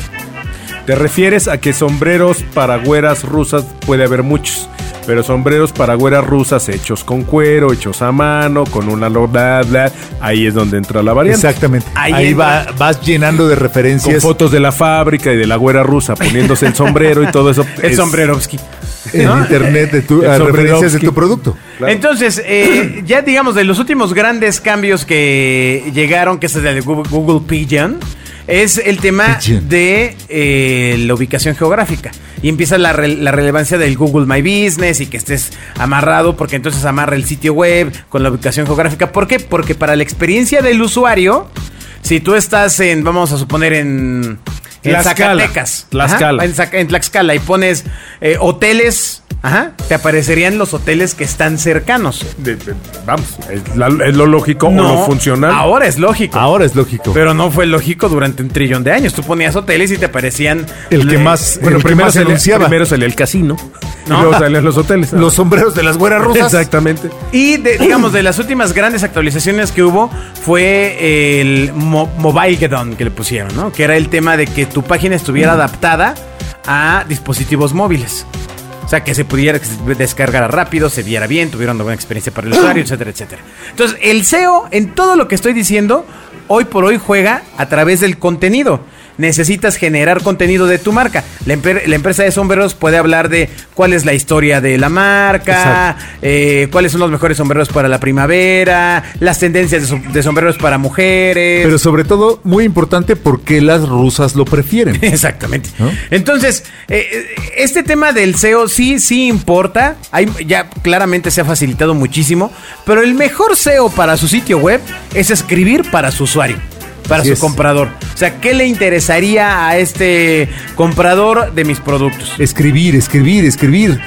E: Te refieres a que sombreros para güeras rusas puede haber muchos. Pero sombreros para güeras rusas hechos con cuero, hechos a mano, con una lo- bla bla. Ahí es donde entra la variante.
D: Exactamente. Ahí,
C: Ahí
D: va, vas llenando de
E: Con
D: referencias.
E: fotos de la fábrica y de la güera rusa poniéndose el sombrero y todo eso.
C: El
E: Es-
C: sombrerovski.
D: en
C: ¿no?
D: internet de tu,
E: El
D: a referencias de
E: Sombrerovsky.
D: tu producto.
E: Claro.
C: Entonces, eh, ya digamos, de los últimos grandes cambios que llegaron, que es el de Google, Google Pigeon, es el tema
D: Pigeon.
C: de eh, la ubicación geográfica. Y empieza la, re- la relevancia del Google My Business y que estés amarrado, porque entonces amarra el sitio web con la ubicación geográfica. ¿Por qué? Porque para la experiencia del usuario, si tú estás en, vamos a suponer, en, en
E: Tlaxcala.
C: Zacatecas,
E: Tlaxcala.
C: ajá, en Zac- en Tlaxcala y pones eh, hoteles, ajá, te aparecerían los hoteles que están cercanos.
E: de- de- vamos, es, la- es lo lógico o lo funcional.
C: Ahora es lógico.
D: Ahora es lógico.
C: Pero no fue lógico durante un trillón de años. Tú ponías hoteles y te aparecían.
D: el que
C: eh,
D: más,
E: bueno,
D: el que
E: primero,
D: más
E: salía,
D: anunciaba.
E: primero salía el casino
C: ¿No?
E: y luego salían los hoteles.
D: los sombreros de las güeras rusas.
E: Exactamente.
C: Y de- digamos, de las últimas grandes actualizaciones que hubo fue el mo Mobilegedon que le pusieron, ¿no? Que era el tema de que tu página estuviera adaptada a dispositivos móviles. O sea, que se pudiera que se descargara rápido, se viera bien, tuviera una buena experiencia para el usuario, etcétera, etcétera. Entonces, el SEO, en todo lo que estoy diciendo, hoy por hoy juega a través del contenido. Necesitas generar contenido de tu marca. La, emper- la empresa de sombreros puede hablar de cuál es la historia de la marca, eh, cuáles son los mejores sombreros para la primavera, las tendencias de, som- de sombreros para mujeres.
D: Pero sobre todo, muy importante, porque las rusas lo prefieren.
C: Exactamente.
D: ¿No?
C: Entonces, eh, eh, este tema del SEO sí, sí importa. Hay, ya claramente se ha facilitado muchísimo. Pero el mejor SEO para su sitio web es escribir para su usuario. Para
D: Así
C: su
D: es.
C: comprador. O sea, ¿qué le interesaría a este comprador de mis productos?
D: Eh, Escribir, escribir, escribir.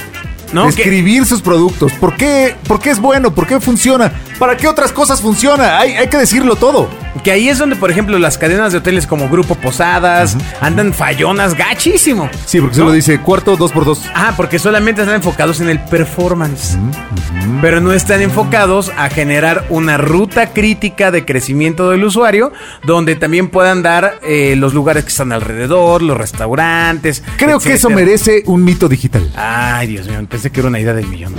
C: No,
D: escribir sus productos. ¿Por qué, ¿Por qué es bueno? ¿Por qué funciona? ¿Para qué otras cosas funciona? Hay, hay que decirlo todo.
C: Que ahí es donde, por ejemplo, las cadenas de hoteles como Grupo Posadas andan fallonas gachísimo.
D: Sí, porque se lo dice cuarto, dos por dos.
C: Ah, porque solamente están enfocados en el performance. Pero no están enfocados a generar una ruta crítica de crecimiento del usuario, donde también puedan dar eh, los lugares que están alrededor, los restaurantes.
D: Creo que eso
C: etcétera.
D: merece un mito digital.
C: Ay, Dios mío, pensé que era una idea del millón.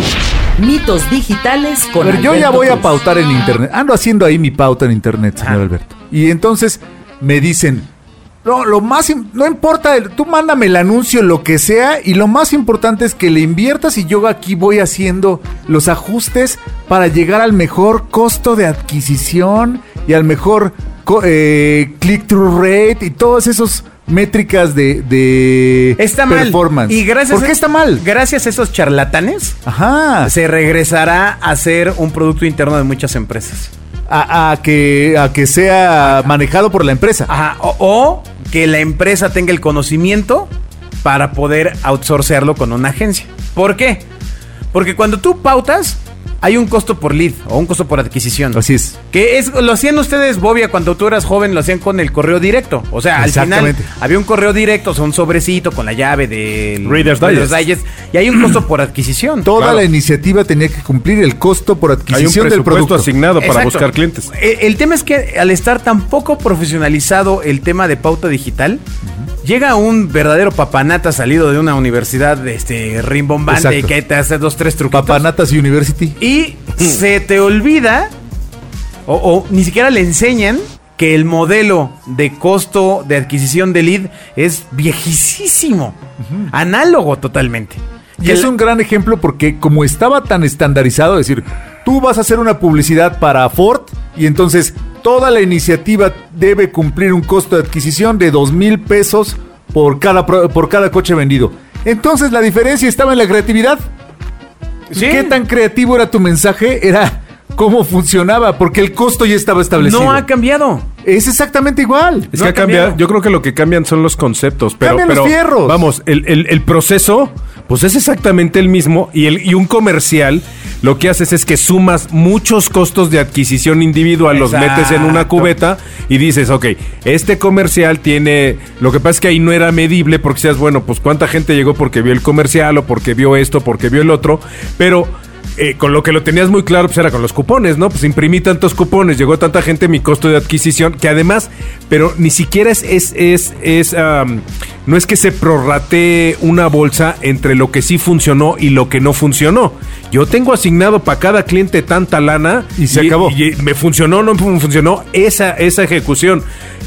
B: Mitos digitales
C: Ah,
B: con
D: Pero yo ya
B: Alberto
D: voy a
B: Cruz.
D: pautar en internet. Ando haciendo ahí mi pauta en internet, señor
C: Ah.
D: Alberto. Y entonces me dicen, no, lo más, im- no importa, el- tú mándame el anuncio, lo que sea, y lo más importante es que le inviertas y yo aquí voy haciendo los ajustes para llegar al mejor costo de adquisición y al mejor co- eh, click-through rate y todas esas métricas de, de
C: Está mal.
D: performance.
C: Y gracias
D: ¿Por
C: a-
D: qué está mal? Ah.
C: Gracias a esos charlatanes,
D: Ajá.
C: se regresará a ser un producto interno de muchas empresas.
D: A, a que, a que sea manejado por la empresa.
E: Ah.
C: Ajá, o, o que la empresa tenga el conocimiento para poder outsourcearlo con una agencia. ¿Por qué? Porque cuando tú pautas, hay un costo por lead o un costo por adquisición.
D: Así es.
C: Que es, lo hacían ustedes, Bobia, cuando tú eras joven, lo hacían con el correo directo. O sea, al final
D: Exactamente.
C: había un correo directo, o sea, un sobrecito con la llave del
E: Reader's
C: Digest, Y hay un costo por adquisición.
D: Toda
E: Claro.
D: la iniciativa tenía que cumplir el costo por
E: Hay un
D: adquisición del
E: presupuesto
D: producto.
E: asignado para
C: Exacto.
E: buscar clientes.
C: Eh, El, tema es que al estar tan poco profesionalizado el tema de pauta digital, llega un verdadero papanata salido de una universidad este, rimbombante
D: Exacto. Mm.
C: que te hace dos, tres truquitos.
D: Papanatas University.
C: Y se te olvida, o, o ni siquiera le enseñan, que el modelo de costo de adquisición de lead es viejísimo. Análogo totalmente.
D: Y es un gran ejemplo porque como estaba tan estandarizado, es decir, tú vas a hacer una publicidad para Ford y entonces toda la iniciativa debe cumplir un costo de adquisición de dos mil pesos por cada, pro- por cada coche vendido. Entonces la diferencia estaba en la creatividad.
C: Sí.
D: ¿Qué tan creativo era tu mensaje? Era cómo funcionaba, porque el costo ya estaba establecido.
C: No ha cambiado.
D: es exactamente igual.
E: Es
C: No
E: que
C: ha
E: ha cambiado.
C: cambiado.
E: Yo creo que lo que cambian son los conceptos. Pero,
D: Cambian los
E: pero,
D: fierros.
E: Vamos, el, el- el proceso, pues es exactamente el mismo. Y, el, y un comercial, lo que haces es que sumas muchos costos de adquisición individual, los
C: Exacto.
E: metes en una cubeta y dices, ok, este comercial tiene. Lo que pasa es que ahí no era medible porque seas, bueno, pues cuánta gente llegó porque vio el comercial o porque vio esto, porque vio el otro. Pero. eh, con lo que lo tenías muy claro, pues era con los cupones, ¿no? Pues imprimí tantos cupones, llegó tanta gente, mi costo de adquisición, que además, pero ni siquiera es, es, es, es, am, no es que se prorratee una bolsa entre lo que sí funcionó y lo que no funcionó. Yo tengo asignado para cada cliente tanta lana
D: Y se acabó.
E: y me funcionó, no me funcionó esa, esa ejecución.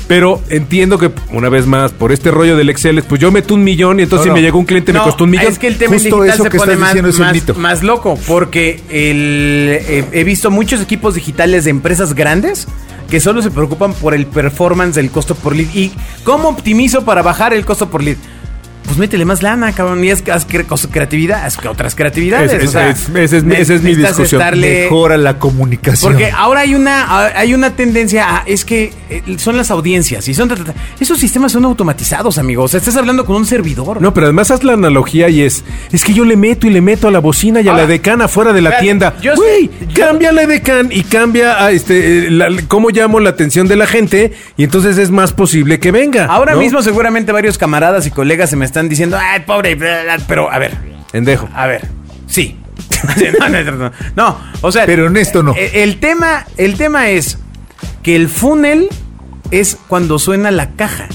E: Pero entiendo que, una vez más, por este rollo del Excel, pues yo meto un millón y entonces
D: No,
E: si me
D: no.
E: llegó un cliente me
C: No,
E: costó un millón.
C: Es que el tema en
D: Justo
C: digital
D: eso
C: se
D: que
C: pone
D: estás
C: más,
D: diciendo es un
C: más-
D: mito.
C: más loco, porque el- eh, he visto muchos equipos digitales de empresas grandes que solo se preocupan por el performance del costo por lead. ¿Y cómo optimizo para bajar el costo por lead? Pues métele más lana, cabrón, y es que haz cre- cos- creatividad, haz que otras creatividades.
E: Es- es- es- esa es mi- esa es mi
C: necesitas
E: discusión.
C: estarle-
D: Mejora la comunicación.
C: porque ahora hay una, hay una tendencia a, es que eh, son las audiencias y son ta, ta, ta. esos sistemas son automatizados, amigos. O sea, estás hablando con un servidor.
E: No, pero además haz la analogía y es, es que yo le meto y le meto a la bocina y a
C: Ahora,
E: la decana fuera de la
C: espérate,
E: tienda.
C: yo sé-
E: Güey,
C: yo-
E: cambia la decan y cambia a este, eh, la- cómo llamo la atención de la gente y entonces es más posible que venga.
C: Ahora
E: ¿no?
C: mismo seguramente varios camaradas y colegas se me están diciendo, ay, pobre, bla, bla", pero a ver,
E: Endejo.
C: a ver, sí. no, no, no, no. No, o sea...
D: Pero en esto no.
C: El, el tema, el tema es que el funnel es cuando suena la caja.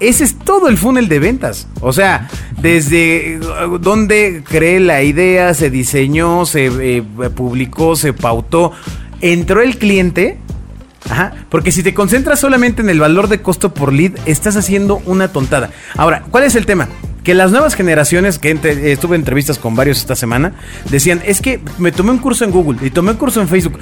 C: Ese es todo el funnel de ventas. O sea, desde eh, donde creé la idea, se diseñó, se eh, publicó, se pautó, entró el cliente. Ajá, porque si te concentras solamente en el valor de costo por lead, estás haciendo una tontada. Ahora, ¿cuál es el tema? Que las nuevas generaciones, que entre- eh, estuve en entrevistas con varios esta semana, decían, es que me tomé un curso en Google y tomé un curso en Facebook.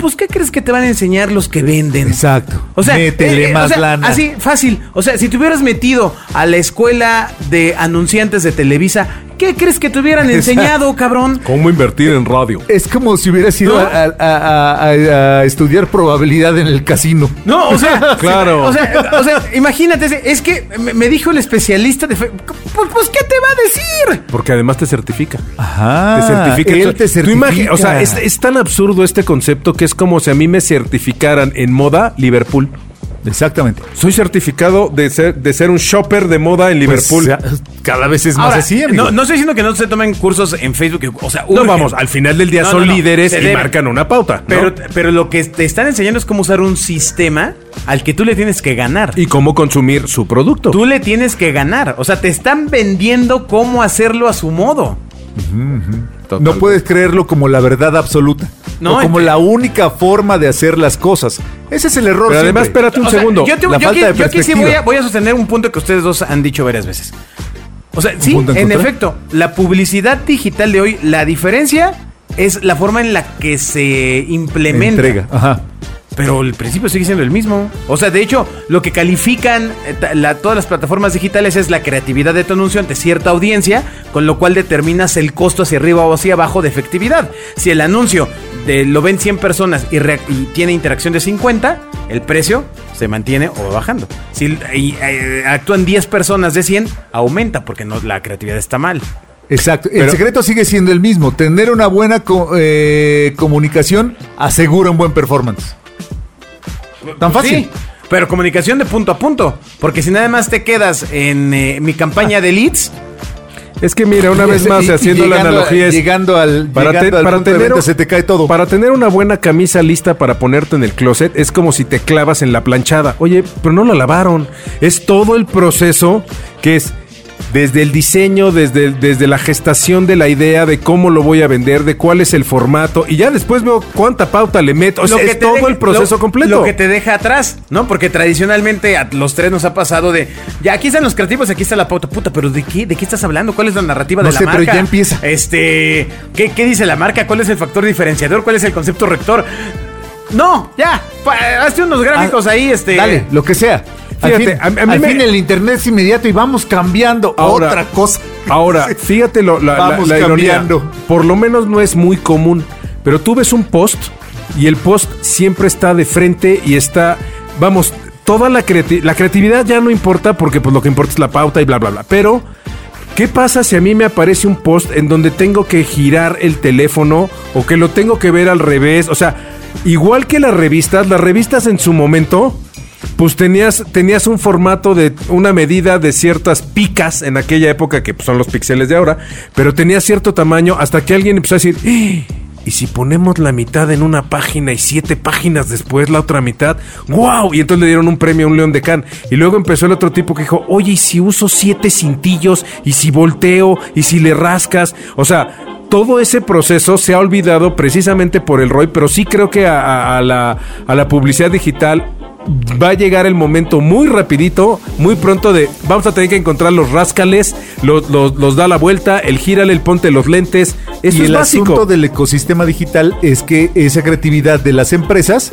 C: Pues, ¿qué crees que te van a enseñar los que venden?
D: Exacto.
C: O sea,
D: Métele
C: eh, eh, o
D: más
C: sea,
D: lana.
C: Así, fácil. O sea, si te hubieras metido a la escuela de anunciantes de Televisa, ¿qué crees que te hubieran
D: Exacto.
C: enseñado, cabrón?
E: ¿Cómo invertir en radio?
D: Es como si hubieras
C: ¿No?
D: ido a, a- a- a- a estudiar probabilidad en el casino.
C: No, o sea,
E: Claro.
C: O sea, o sea, imagínate, es- es que me me dijo el especialista de fe- pues, pues ¿qué te va a decir?
E: Porque además te certifica.
D: Ajá.
E: te certifica.
D: Ah, Él
E: Entonces,
D: te
E: tú
D: certifica.
E: imagi- o sea, es, es tan absurdo este concepto que es como si a mí me certificaran en moda Liverpool.
D: Exactamente.
E: Soy certificado de ser, de ser un shopper de moda en Liverpool.
D: Pues, o sea, cada vez es más
C: Ahora,
D: así, amigo.
C: no, no estoy diciendo que no se tomen cursos en Facebook, o sea,
E: no,
C: urge.
E: vamos, al final del día
C: No,
E: son
C: no, no,
E: líderes
C: se
E: y
C: debe.
E: marcan una pauta. ¿no?
C: Pero, pero lo que te están enseñando es cómo usar un sistema al que tú le tienes que ganar.
E: y cómo consumir su producto.
C: Tú le tienes que ganar. O sea, te están vendiendo cómo hacerlo a su modo.
D: No puedes creerlo como la verdad absoluta.
C: No,
D: o como
C: ent-
D: la única forma de hacer las cosas. Ese es el error.
E: Pero además,
D: siempre.
E: espérate un
C: O sea,
E: segundo.
C: Yo, te-
D: la
C: yo
D: falta
C: aquí-
D: de
C: yo aquí sí
D: perspectiva.
C: voy a, voy a sostener un punto que ustedes dos han dicho varias veces. O sea, sí,
D: punto en
C: en,
D: contra?
C: efecto, la publicidad digital de hoy, la diferencia es la forma en la que se implementa.
D: Entrega. Ajá.
C: Pero el principio sigue siendo el mismo. O sea, de hecho, lo que califican eh, ta- la- todas las plataformas digitales es la creatividad de tu anuncio ante cierta audiencia, con lo cual determinas el costo hacia arriba o hacia abajo de efectividad. Si el anuncio de- lo ven 100 personas y, reac- y tiene interacción de 50, el precio se mantiene o va bajando. Si eh, y, eh, actúan 10 personas de 100, aumenta porque no, la creatividad está mal.
D: Exacto. el
E: Pero-
D: secreto sigue siendo el mismo. Tener una buena co- eh, comunicación asegura un buen performance. Tan fácil.
C: Sí, pero comunicación de punto a punto. Porque si nada más te quedas en eh, mi campaña de leads,
E: Es que mira, una
D: Y
E: vez
D: ese-
E: más,
D: y- y
E: haciendo la
D: llegando a-
E: analogía es...
D: llegando al,
E: Para,
D: llegando
E: te-
D: al
E: para
D: punto de
E: tener,
D: venta, se te cae todo.
E: para tener una buena camisa lista para ponerte en el closet es como si te clavas en la planchada. Oye, pero no la lavaron. Es todo el proceso que es desde el diseño, desde, el- desde la gestación de la idea de cómo lo voy a vender, de cuál es el formato. Y ya después veo cuánta pauta le meto. O sea, es
C: te
E: todo
C: deja-
E: el proceso
C: lo-
E: completo.
C: Lo que te deja atrás, ¿no? Porque tradicionalmente a los tres nos ha pasado de. Ya aquí están los creativos, aquí está la pauta. Puta, pero ¿de qué? ¿De qué estás hablando? ¿Cuál es la narrativa
D: No
C: de la
D: sé, pero
C: marca?
D: ya empieza.
C: Este. ¿qué, ¿Qué dice la marca? ¿Cuál es el factor diferenciador? ¿Cuál es el concepto rector? No, ya. pa- Hazte unos gráficos
D: Ah,
C: ahí, este.
D: Dale, lo que sea.
E: Fíjate,
D: al fin,
E: a- a mí
D: al
E: me-
D: fin el internet es inmediato y vamos cambiando
E: Ahora-
D: otra cosa.
E: Ahora, fíjate lo- la, la-
D: Vamos
E: la ironía.
D: cambiando.
E: Por lo menos no es muy común, pero tú ves un post y el post siempre está de frente y está, vamos, toda la, creati- la creatividad ya no importa porque pues lo que importa es la pauta y bla, bla, bla. Pero, ¿qué pasa si a mí me aparece un post en donde tengo que girar el teléfono o que lo tengo que ver al revés? O sea, igual que las revistas, las revistas en su momento... Pues tenías, tenías un formato de una medida de ciertas picas en aquella época, que pues, son los píxeles de ahora, pero tenía cierto tamaño hasta que alguien empezó a decir, "Eh, ¿y si ponemos la mitad en una página y siete páginas después la otra mitad? ¡Wow! Y entonces le dieron un premio a un león de Can. Y luego empezó el otro tipo que dijo, oye, ¿y si uso siete cintillos? ¿Y si volteo? ¿Y si le rascas? O sea... Todo ese proceso se ha olvidado precisamente por el ROI, pero sí creo que a- a- a la- a la publicidad digital va a llegar el momento muy rapidito, muy pronto de vamos a tener que encontrar los rascales, los, los- los da la vuelta, el gírale, el ponte los lentes. Eso
D: y
E: es
D: el
E: básico.
D: asunto del ecosistema digital es que esa creatividad de las empresas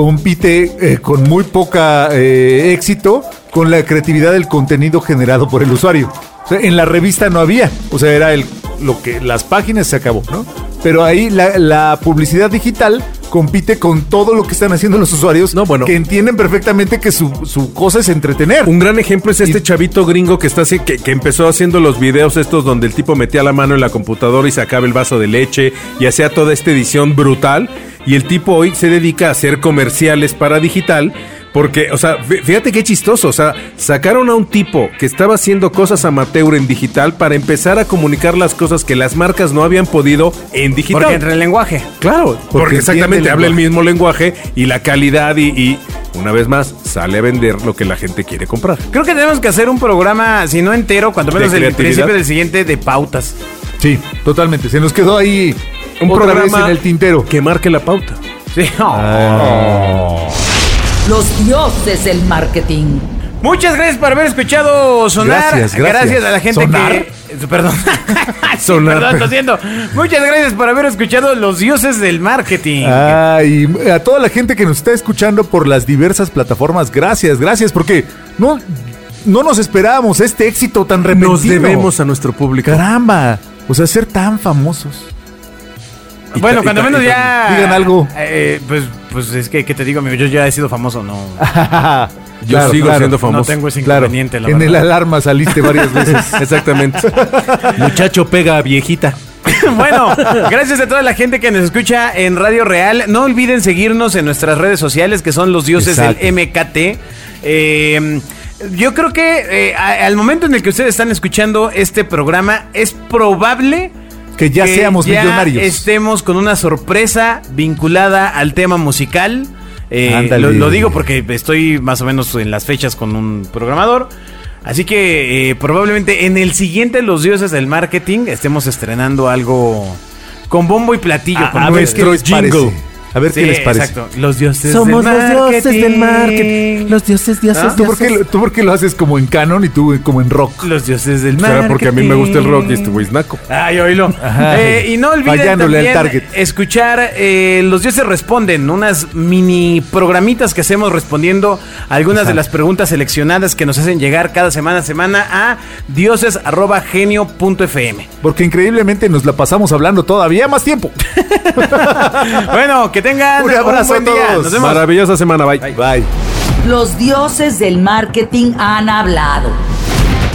D: compite eh, con muy poca eh, éxito con la creatividad del contenido generado por el usuario. O sea, en la revista no había, o sea, era el, lo que las páginas se acabó, ¿no? Pero ahí la, la publicidad digital compite con todo lo que están haciendo los usuarios,
E: No, bueno.
D: que entienden perfectamente que su, su cosa es entretener.
E: Un gran ejemplo es este
D: Y-
E: chavito gringo que está así- que, que empezó haciendo los videos estos donde el tipo metía la mano en la computadora y sacaba el vaso de leche y hacía toda esta edición brutal. Y el tipo hoy se dedica a hacer comerciales para digital. Porque, o sea, fí- fíjate qué chistoso. O sea, sacaron a un tipo que estaba haciendo cosas amateur en digital para empezar a comunicar las cosas que las marcas no habían podido en digital.
C: Porque entre el lenguaje.
E: Claro,
D: entiende
E: porque, exactamente
D: el
E: habla el mismo lenguaje y la calidad y, y, una vez más, sale a vender lo que la gente quiere comprar.
C: Creo que tenemos que hacer un programa, si no entero, cuanto
E: ¿De
C: menos el
E: creatividad?
C: principio del siguiente, de pautas.
D: Sí, totalmente. Se nos quedó ahí
E: Un
D: otra vez
E: programa
D: en el tintero.
E: Que marque la pauta.
C: Sí.
B: Los dioses del marketing.
C: Muchas gracias por haber escuchado sonar.
D: Gracias, gracias.
C: a la gente
D: ¿Sonar?
C: que. eh, Perdón. Sí,
E: Sonar.
C: perdón, lo siento. Muchas gracias por haber escuchado los dioses del marketing.
D: Ah, y a toda la gente que nos está escuchando por las diversas plataformas, gracias, gracias, porque no, no nos esperábamos este éxito tan repentino.
E: Nos debemos a nuestro público.
D: Caramba, o sea, ser tan famosos.
E: y
C: bueno,
E: ta-
C: cuando
E: y ta-
C: menos
E: y ta-
C: ya.
D: digan algo.
C: eh, pues, pues es que, ¿qué te digo, amigo? Yo ya he sido famoso, no.
E: Yo sigo siendo famoso.
C: No tengo ese
D: Ah, Claro,
C: inconveniente, la
D: en el
C: verdad.
D: alarma saliste varias veces.
E: Exactamente. Muchacho pega a viejita.
C: Bueno, gracias a toda la gente que nos escucha en Radio Real. No olviden seguirnos en nuestras redes sociales, que son los dioses
D: Exacto.
C: del MKT. Eh, yo creo que eh, a- al momento en el que ustedes están escuchando este programa, es probable
D: Que ya seamos millonarios.
C: Estemos con una sorpresa vinculada al tema musical. Eh,
D: Ándale.
C: lo, lo digo porque estoy más o menos en las fechas con un programador. Así que eh, probablemente en el siguiente Los Dioses del Marketing estemos estrenando algo con bombo y platillo.
E: Ah,
C: con
D: Ah, a ver
C: ustedes.
D: qué les parece. A ver
C: Sí,
D: qué les parece.
C: Exacto. Los Dioses
F: Somos
C: del
F: los
C: Marketing.
F: dioses del marketing. Los dioses, dioses,
C: ¿Ah?
D: ¿Tú
F: dioses.
D: por, qué, tú por qué lo haces como en canon y tú como en rock?
C: Los Dioses del Marketing.
E: Será porque a mí me gusta el rock y este güey es naco.
C: Ay, oílo.
D: Ajá.
C: Eh, y no olviden
D: Fallándole al
C: también
D: target.
C: escuchar eh, Los Dioses Responden, unas mini programitas que hacemos respondiendo algunas de las preguntas seleccionadas que nos hacen llegar cada semana a semana a dioses.genio.fm.
D: Porque increíblemente nos la pasamos hablando todavía más tiempo.
C: bueno, que tengan
D: Un abrazo
C: buen
D: a
C: día.
D: todos.
C: Nos vemos.
E: Maravillosa semana, bye.
D: Bye.
B: Los dioses del marketing han hablado.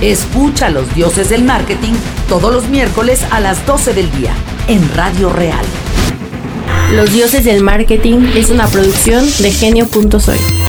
B: Escucha a los dioses del marketing todos los miércoles a las 12 del día en Radio Real.
A: Los dioses del marketing es una producción de genio.soy.